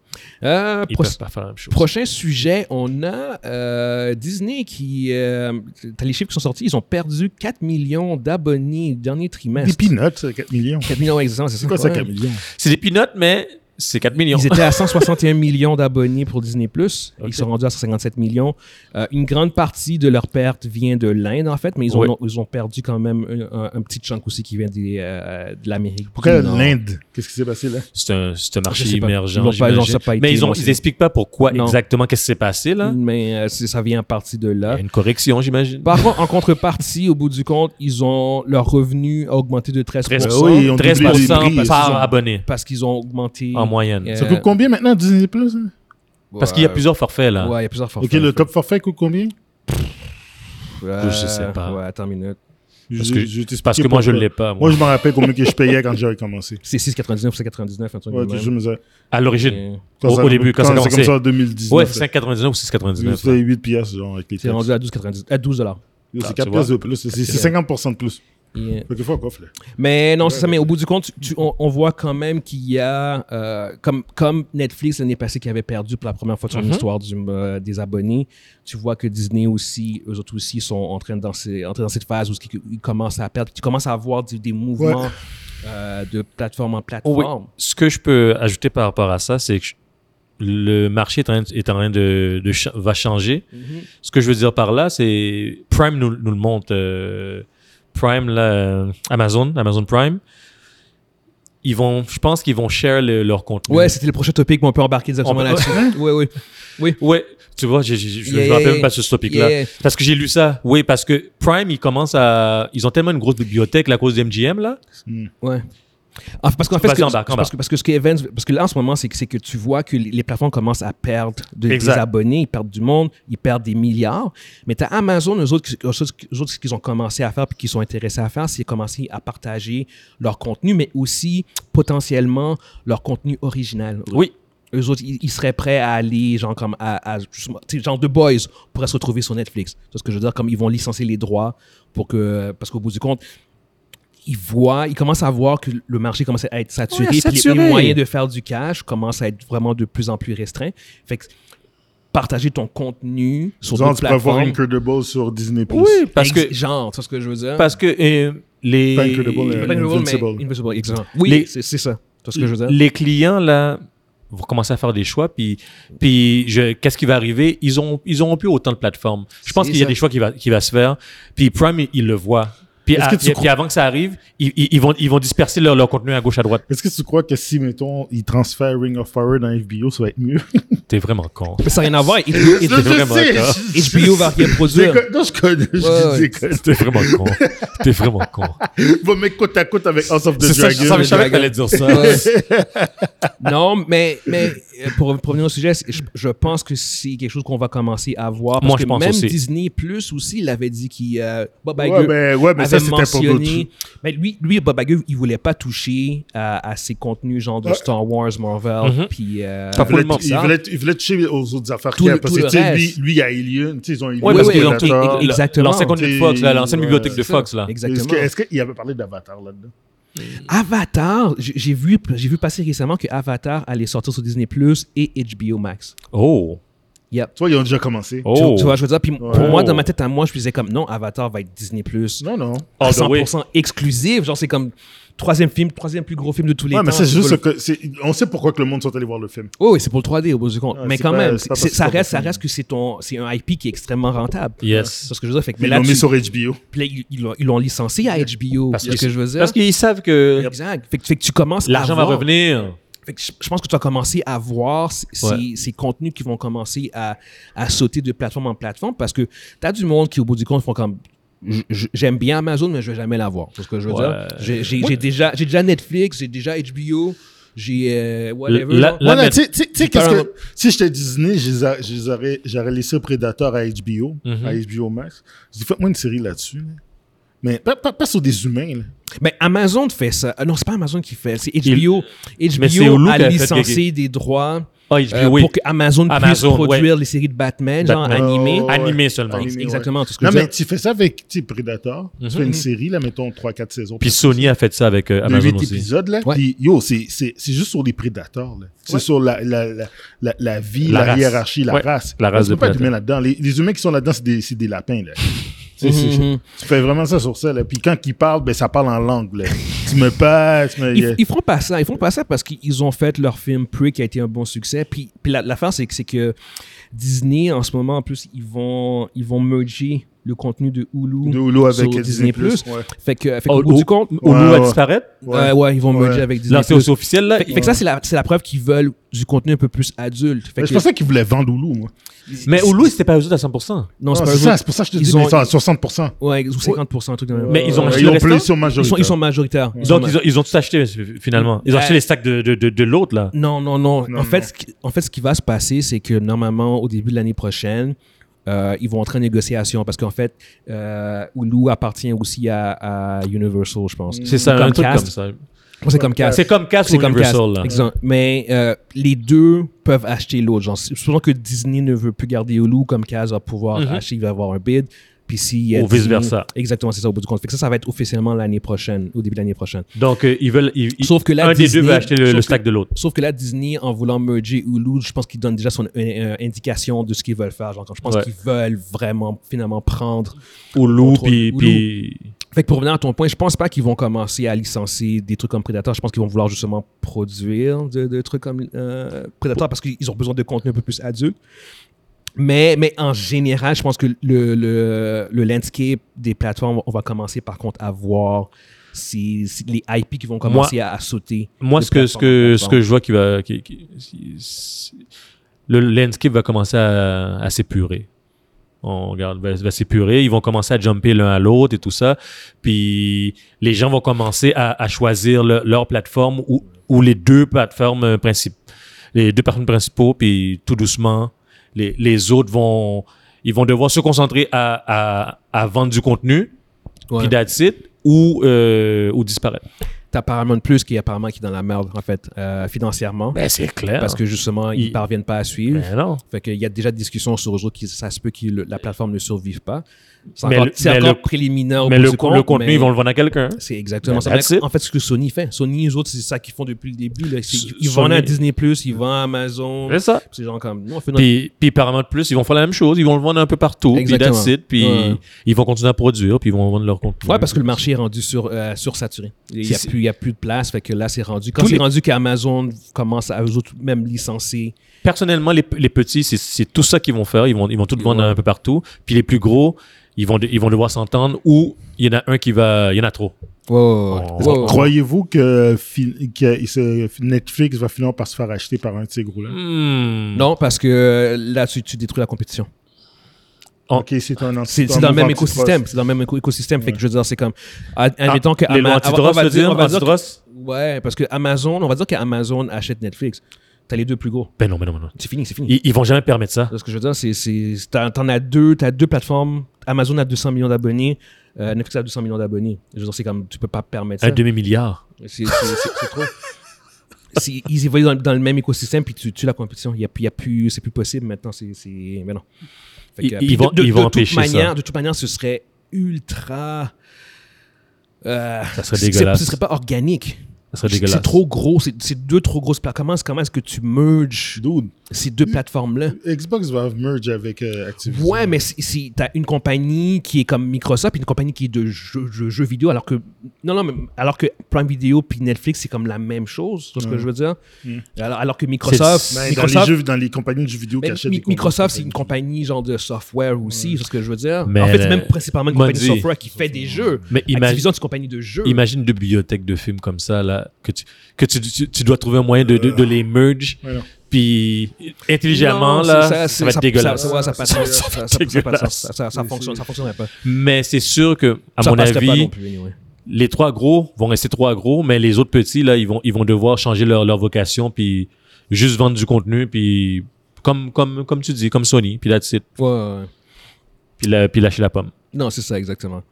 Euh, ils proc- peuvent pas faire la même chose. Prochain sujet, on a euh, Disney qui. euh, T'as les chiffres qui sont sortis, ils ont perdu 4 millions d'abonnés au dernier Des trimestre. peanuts, ça, 4 millions. 4 millions exactement, c'est ça. C'est quoi ça, ouais. 4 millions? C'est des pinottes, mais c'est 4 millions. Ils étaient à 161 millions d'abonnés pour Disney+. Ils Ok. sont rendus à 157 millions. Euh, une grande partie de leur perte vient de l'Inde, en fait, mais ils ont, Oui. ils ont perdu quand même un, un- un petit chunk aussi qui vient des, euh, de l'Amérique. Pourquoi du Nord. l'Inde? Qu'est-ce qui s'est passé, là? C'est un, c'est un Ah, Je marché sais pas. émergent. Ils l'ont pas- ils l'ont j'imagine. pas été mais ils ont- lancés. ils expliquent pas pourquoi Non. exactement qu'est-ce qui s'est passé, là. Mais euh, c'est- ça vient en partie de Il y là. a une correction, j'imagine. Par contre, en contrepartie, au bout du compte, ils ont leur revenu a augmenté de 13%, Presque. Ben oui, ils ont doublé les 13% prix, par ils sont- abonné parce qu'ils ont augmenté. en moyenne. Euh, Ça coûte combien maintenant, Disney Plus? hein? Parce qu'il y a Ouais, plusieurs forfaits là. Ouais, il y a plusieurs forfaits. Ok, le top forfait coûte combien? Euh, Je sais pas. Ouais, attends une minute. Parce Je- que, je vais t'expliquer parce que moi je pourquoi. l'ai pas. Moi. Moi, je me rappelle combien que je payais quand j'avais commencé. C'est 6,99 ou 7,99, un truc Ouais, comme toujours, mais ça- À l'origine. quand Au- ça- au début, quand ça a c'est comme commencé. ça en 2019. Ouais, là. c'est 5,99 ou C'était 6,99. 8 piastres, genre, avec les C'est taxes. rendu à 12,99 à 12 dollars. Ah, C'est tu 4 vois. piastres de plus. C'est c'est 50% de plus. Fait que faut quoi, là. Mais non, c'est ça. Mais au bout du compte, tu- tu- on, on voit quand même qu'il y a, euh, comme, comme Netflix l'année passée qui avait perdu pour la première fois de son Mhm. histoire du- euh, des abonnés, tu vois que Disney aussi, eux autres aussi, sont en train de danser, entrer dans cette phase où ils, ils commencent à perdre. Tu commences à avoir des, des mouvements euh, de plateforme en Oh, oui. plateforme. Ce que je peux ajouter par rapport à ça, c'est que je- le marché est en train, est en train de, de cha- va changer. Mhm. Ce que je veux dire par là, c'est Prime nous, nous le montre. euh, Prime, là, euh, Amazon, Amazon Prime. Ils vont, je pense qu'ils vont share le- leur contenu. Ouais, c'était le prochain topic, mais on peut embarquer directement On peut- là-dessus. Oui, oui. Ouais, tu vois, j'ai- j'ai- je ne Yeah, me rappelle yeah, même pas de ce topic-là. Yeah. Parce que j'ai lu ça. Oui, parce que Prime, ils commencent à. Ils ont tellement une grosse bibliothèque à cause de MGM, là. Ouais. En fait, parce qu'en fait, ce que- Vas-y, embarque, parce, embarque. que, parce que ce que Evans, parce que là en ce moment, c'est que, c'est que tu vois que les les plateformes commencent à perdre de- des Exact. abonnés, ils perdent du monde, ils perdent des milliards. Mais tu as Amazon, eux autres, qui- eux autres, eux autres, ce qu'ils ont commencé à faire puis qu'ils sont intéressés à faire, c'est commencer à partager leur contenu, mais aussi potentiellement leur contenu original. Oui. Eux autres, ils, ils seraient prêts à aller, genre, comme à, à- justement, tu sais, genre The Boys pourrait se retrouver sur Netflix. C'est ce que je veux dire, comme ils vont licencier les droits pour que, parce qu'au bout du compte, ils voient, ils commencent à voir que le marché commence à être saturé, Ouais, puis les- Les, saturé. moyens de faire du cash commencent à être vraiment de plus en plus restreints. Fait que partager ton contenu sur Genre, d'autres tu peux avoir plateformes. Incredible sur Disney Plus. Oui, parce Ex- que. genre, tu vois ce que je veux dire? Parce que euh, les. Pas Incredible, euh, Pas Incredible, mais Invincible. Invincible, exact. Oui, Les- c'est c'est ça. Tu vois ce que je veux dire? Les clients, là, vont commencer à faire des choix, puis, puis je- qu'est-ce qui va arriver? Ils ont, ils auront plus autant de plateformes. Je pense C'est qu'il y a ça. des choix qui va, qui va se faire, puis Prime, ils il le voient. Puis, Est-ce à- que tu puis crois- avant que ça arrive, ils, ils- ils vont, ils vont disperser leur, leur contenu à gauche, à droite. Est-ce que tu crois que si, mettons, ils transfèrent Ring of Fire dans HBO, ça va être mieux? T'es vraiment con. Mais ça n'a rien à voir. Ils- Je ils- C'était vraiment d'accord. je- HBO va rien produire. Je déconne- Non, je connais, Ouais, ouais. je déconne. T'es vraiment con. T'es vraiment con. Va mettre côte à côte avec House of the C'est ça, je Dragon. savais je savais que t'allais dire ça. Ouais. non, mais, mais euh, pour, pour revenir au sujet, c'est- je, je pense que c'est quelque chose qu'on va commencer à voir. Parce Moi, que je pense même aussi. Disney Plus aussi, il avait dit qu'il. euh, Bob Iger Ouais, mais, ouais, mais avait ça, c'était pour d'autres. mentionné. Mais lui, lui, Bob Iger, il voulait pas toucher euh, à, à ses contenus genre de Ouais. Star Wars, Marvel, Mhm. puis. euh, Pas Il voulait, Complètement. il, voulait, il voulait toucher aux autres affaires Tout qu'il y a. le- Parce tout que, le tu sais, lui, reste. lui, il y a Alien. Tu sais, ils ont Alien. Oui, Ouais, parce ouais, qu'ils ont ouais, pris Predator. et- et- exactement. l'ancienne contenu de Fox, là, l'ancienne Ouais. bibliothèque de c'est ça. Fox. Là. Est-ce Exactement. que- est-ce qu'il y avait parlé d'Avatar là-dedans? Avatar, j'ai j'ai vu, j'ai vu passer récemment que Avatar allait sortir sur Disney Plus et HBO Max. Oh, Il Yep. Tu vois, ils ont déjà commencé. Tu- Oh. Tu, vois, je veux dire, puis pour Ouais. moi, dans ma tête à moi, je me disais comme non, Avatar va être Disney Plus. Non, non. Oh, All the way. 100% exclusif. Genre, c'est comme troisième film, troisième plus gros film de tous les Ouais, temps. mais c'est Tu juste vois, le- que. c'est- On sait pourquoi que le monde sont allés voir le film. Oh, oui, c'est pour le 3D au bout du compte. Ouais, mais c'est quand pas- même, c'est pas c'est- parce que ça c'est pas reste, ça possible. reste que c'est ton, c'est un IP qui est extrêmement rentable. C'est Yes. ce que je veux dire. Fait que, mais Ils là, l'ont mis tu- sur HBO. puis là, ils ils l'ont- ils l'ont licencié à HBO. Parce C'est ce que- que je veux dire. Parce qu'ils savent que Exact. Fait que, fait que tu commences à l'argent va voir. revenir. Fait que je, je pense que tu vas commencer à voir c- ces, Ouais. ces contenus qui vont commencer à, à sauter de plateforme en plateforme parce que tu as du monde qui, au bout du compte, font comme. j- j- J'aime bien Amazon, mais je vais jamais l'avoir. C'est ce que je veux Ouais. dire. J'ai- J'ai j'ai déjà, j'ai déjà Netflix, j'ai déjà HBO, j'ai euh, whatever. La- genre. la- Ouais, mais mais- tu sais- tu sais- tu sais, J'ai qu'est-ce pas que. Si j'étais Disney, je les a- je les aurais- j'aurais laissé Predator à HBO, Mhm. à HBO Max. J'ai dit, faites-moi une série là-dessus. là. Mais pas, pas, pas sur des humains, là. Mais Amazon fait ça. Ah non, c'est pas Amazon qui fait. C'est Il- HBO. Mais c'est HBO Hulu a qui a fait licencié des droits Ah, HBO, euh, oui. pour que Amazon, Amazon, puisse produire les séries de Batman, Batman. genre animées. Oh, Animé seulement. Animé, ouais. Exactement. tout ce que Non, je veux mais dire. tu fais ça avec tu sais, Predator. Mhm. Tu fais une série, là, mettons 3-4 saisons. Puis Sony a fait ça avec euh, de Amazon 8 aussi. épisodes, là. Ouais. Puis, yo, c'est c'est- c'est juste sur les prédateurs, là. C'est Ouais. sur la, la, la, la, la vie, La la, race. hiérarchie, la Ouais. race. La race On peut de pas être prédateurs. humain là-dedans. Les, les humains qui sont là-dedans, c'est des, c'est des lapins, là. Tu sais, c'est- Mhm. Tu fais vraiment ça sur ça, là. Puis quand ils parlent, ben, ça parle en langue, là. tu me passes, tu me... Ils, ils feront pas ça. Ils feront pas ça parce qu'ils ont fait leur film Prey qui a été un bon succès. Puis, puis la, l'affaire, c'est que, c'est que Disney, en ce moment, en plus, ils vont, ils vont merger le contenu de Hulu. de Hulu avec sur Disney+. Disney+. Ouais. Fait que, fait que, Oh, au bout oh. du compte, Hulu Ouais, va ouais. disparaître. Ouais. euh, ouais, ils vont Ouais. merger avec Disney+. Là, c'est aussi officiel. Là. Fait, fait que ça, c'est la, c'est la preuve qu'ils veulent du contenu un peu plus adulte. Fait Mais que, je pensais qu'ils voulaient vendre Hulu, moi. Mais Hulu, c'était pas eux autres à 100%. non, c'est Ah, pas c'est eux ça, autres. c'est pour ça que je te Ils dis, ont- mais ils sont à 60%. Ouais, ou 50%, un truc de même. Mais ils ont acheté ils le ont restant? plus sur ils sont, majorité. ils sont majoritaires. Ils Donc, sont- ils ont, ils ont tout acheté, f- finalement. Ils ont Ouais. acheté les stacks de, de, de, de l'autre, là. Non, non, non. Non, en, Fait, non. ce qui, en fait, ce qui va se passer, c'est que normalement, au début de l'année prochaine, euh, ils vont entrer en négociation parce qu'en fait, euh, Hulu appartient aussi à, à Universal, je pense. C'est ça, un truc comme Comcast. ça. C'est comme Cast. C'est comme Cast ou C'est comme Cast. Universal, là. Exact. Mais euh, les deux peuvent acheter l'autre. Genre, c'est- Supposons que Disney ne veut plus garder Hulu, comme Cast va pouvoir Mhm. acheter, il va avoir un bid. Puis si, euh, Ou Disney- vice-versa. Exactement, c'est ça au bout du compte. Fait que ça, ça va être officiellement l'année prochaine, au début de l'année prochaine. Donc, euh, ils veulent. ils- ils- Sauf que là, un des Disney- deux veut acheter le, sauf le que- stack de l'autre. Sauf que là, Disney, en voulant merger Hulu, je pense qu'ils donnent déjà son euh, euh, indication de ce qu'ils veulent faire. Genre, je pense Ouais. qu'ils veulent vraiment, finalement, prendre. Hulu, Contrôle puis. Hulu. puis- Fait que pour revenir à ton point, je pense pas qu'ils vont commencer à licencier des trucs comme Predator. Je pense qu'ils vont vouloir justement produire de, de trucs comme euh, Predator parce qu'ils ont besoin de contenu un peu plus adulte. Mais, mais en général, je pense que le, le, le landscape des plateformes, on va commencer par contre à voir si, si les IP qui vont commencer à, à sauter. Moi, de ce que, ce, plateforme que, en ce plateforme. que je vois qui va. qui- qui- si- si- le landscape va commencer à, à s'épurer. On regarde, va, va s'épurer. Ils vont commencer à jumper l'un à l'autre et tout ça. Puis les gens vont commencer à, à choisir le- leur plateforme ou, ou les deux plateformes principales. Les deux plateformes principaux, puis tout doucement, les, les autres vont. Ils vont devoir se concentrer à, à, à vendre du contenu, Ouais. puis that's it, ou, euh, ou disparaître. T'as Paramount Plus qui est apparemment qui est dans la merde, en fait, euh, financièrement. Ben, c'est clair. parce que justement, ils Il- ne parviennent pas à suivre. Ben non. Fait qu'il y a déjà des discussions sur eux autres qui ça se peut que le- la plateforme ne survive pas. C'est Mais encore, le- c'est mais encore le- préliminaire au Mais bout le, du con- compte, le contenu, mais ils vont le vendre à quelqu'un. C'est exactement Mais ça. that's it. En fait, ce que Sony fait. Sony, eux autres, c'est ça qu'ils font depuis le début. Là. C'est- S- Ils Sony- vendent à Disney+, ils vendent à Amazon. C'est ça. C'est genre comme... nous, on fait notre- Puis, puis Paramount Plus, ils vont faire la même chose. Ils vont le vendre un peu partout. Puis Exactement. that's it. Puis Ouais. ils vont continuer à produire. Puis ils vont vendre leur contenu. Ouais, parce que le marché est rendu sur, euh, sursaturé. Il n'y a, C'est- plus- il y a plus de place. Fait que là, c'est rendu... Quand Tous c'est les- rendu qu'Amazon commence à eux autres même licencier... Personnellement, les, les petits, c'est- c'est tout ça qu'ils vont faire. Ils vont, ils vont tout Ils vendre vont- un peu partout. Puis les plus gros, ils vont, de- ils vont devoir s'entendre ou il y en a un qui va. Il y en a trop. ouais, ouais. Oh. Croyez-vous que, fi- que ce- Netflix va finir par se faire acheter par un de ces gros-là? Hmm. Non, parce que euh, là, tu- tu détruis la compétition. Oh. Ok, c'est un anti- C'est un c'est dans le même mouvement antitrust. écosystème. C'est dans le même éco- écosystème. Fait que je veux dire, c'est comme. ad- Admettons que. Ah, Les lois Ama- Ah, on antitrust, va tu veux dire- on dire va dire que- Antitrust? Ouais, parce que Amazon, on va dire qu'Amazon achète Netflix. T'as les deux plus gros. Ben non, ben non, ben non. C'est fini, c'est fini. Ils, ils vont jamais permettre ça. C'est Ce que je veux dire, c'est- c'est. c'est- T'en t'en as deux, t'as deux plateformes. Amazon a 200 millions d'abonnés. euh, Netflix a 200 millions d'abonnés. Je veux dire, c'est comme. Tu peux pas permettre Un ça. demi-milliard. C'est c'est- c'est- c'est trop. C'est- Ils évoluent dans, dans le même écosystème, puis tu tues la compétition. Il y a, il y a plus, c'est plus possible maintenant. C'est, c'est, mais non. Fait Ils- euh, ils puis vont- de, ils de vont toute empêcher ça. manière, De toute manière, ce serait ultra. euh, Ça serait c'est- dégueulasse. Ce serait pas organique. Ça serait dégueulasse. C'est trop gros, c'est c'est deux trop grosses plateformes. Comment, comment est-ce que tu merges Dude, ces deux plateformes-là? Xbox va merge avec euh, Activision. Ouais, mais si, si t'as une compagnie qui est comme Microsoft et une compagnie qui est de jeux, jeux- jeux vidéo, alors que non, non, mais alors que Prime Video puis Netflix c'est comme la même chose, c'est ce que je veux dire. Alors, alors que Microsoft, Ben, dans, les Microsoft, jeux, dans les compagnies de jeux vidéo mais qui achètent Mi- des consoles, Microsoft c'est une compagnie. compagnie genre de software aussi, c'est ce que je veux dire. Mais en fait, c'est le- même principalement une compagnie de Mondi. software qui fait des jeux. Mais imagine- Activision c'est une compagnie de Hmm. jeux. Imagine deux bibliothèques de films comme ça, là, que tu, que tu, tu, tu dois trouver un moyen de, de, de les merge, Ouais, non. puis intelligemment, Non, c'est- là, ça, ça, c'est- va être dégueulasse. Ça, ouais, ça, passe- ça, ça, ça, ça, ça, dégueulasse. ça, ça, ça, ça fonctionne, ça fonctionnerait pas. Mais c'est sûr que, à Ça mon passerait pas non avis, plus, anyway. les trois gros vont rester trois gros, mais les autres petits, là, ils vont, ils vont devoir changer leur, leur vocation, puis juste vendre du contenu, puis comme, comme, comme tu dis, comme Sony, puis that's it, Ouais, ouais. ouais. puis, la, puis lâcher la pomme. Non, c'est ça, exactement.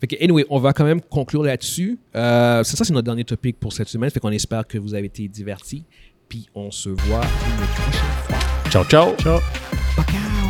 Fait que, anyway, on va quand même conclure là-dessus. Euh, c'est ça, c'est notre dernier topic pour cette semaine. Fait qu'on espère que vous avez été divertis. Puis on se voit une prochaine fois. Ciao, ciao! Ciao. Bacao!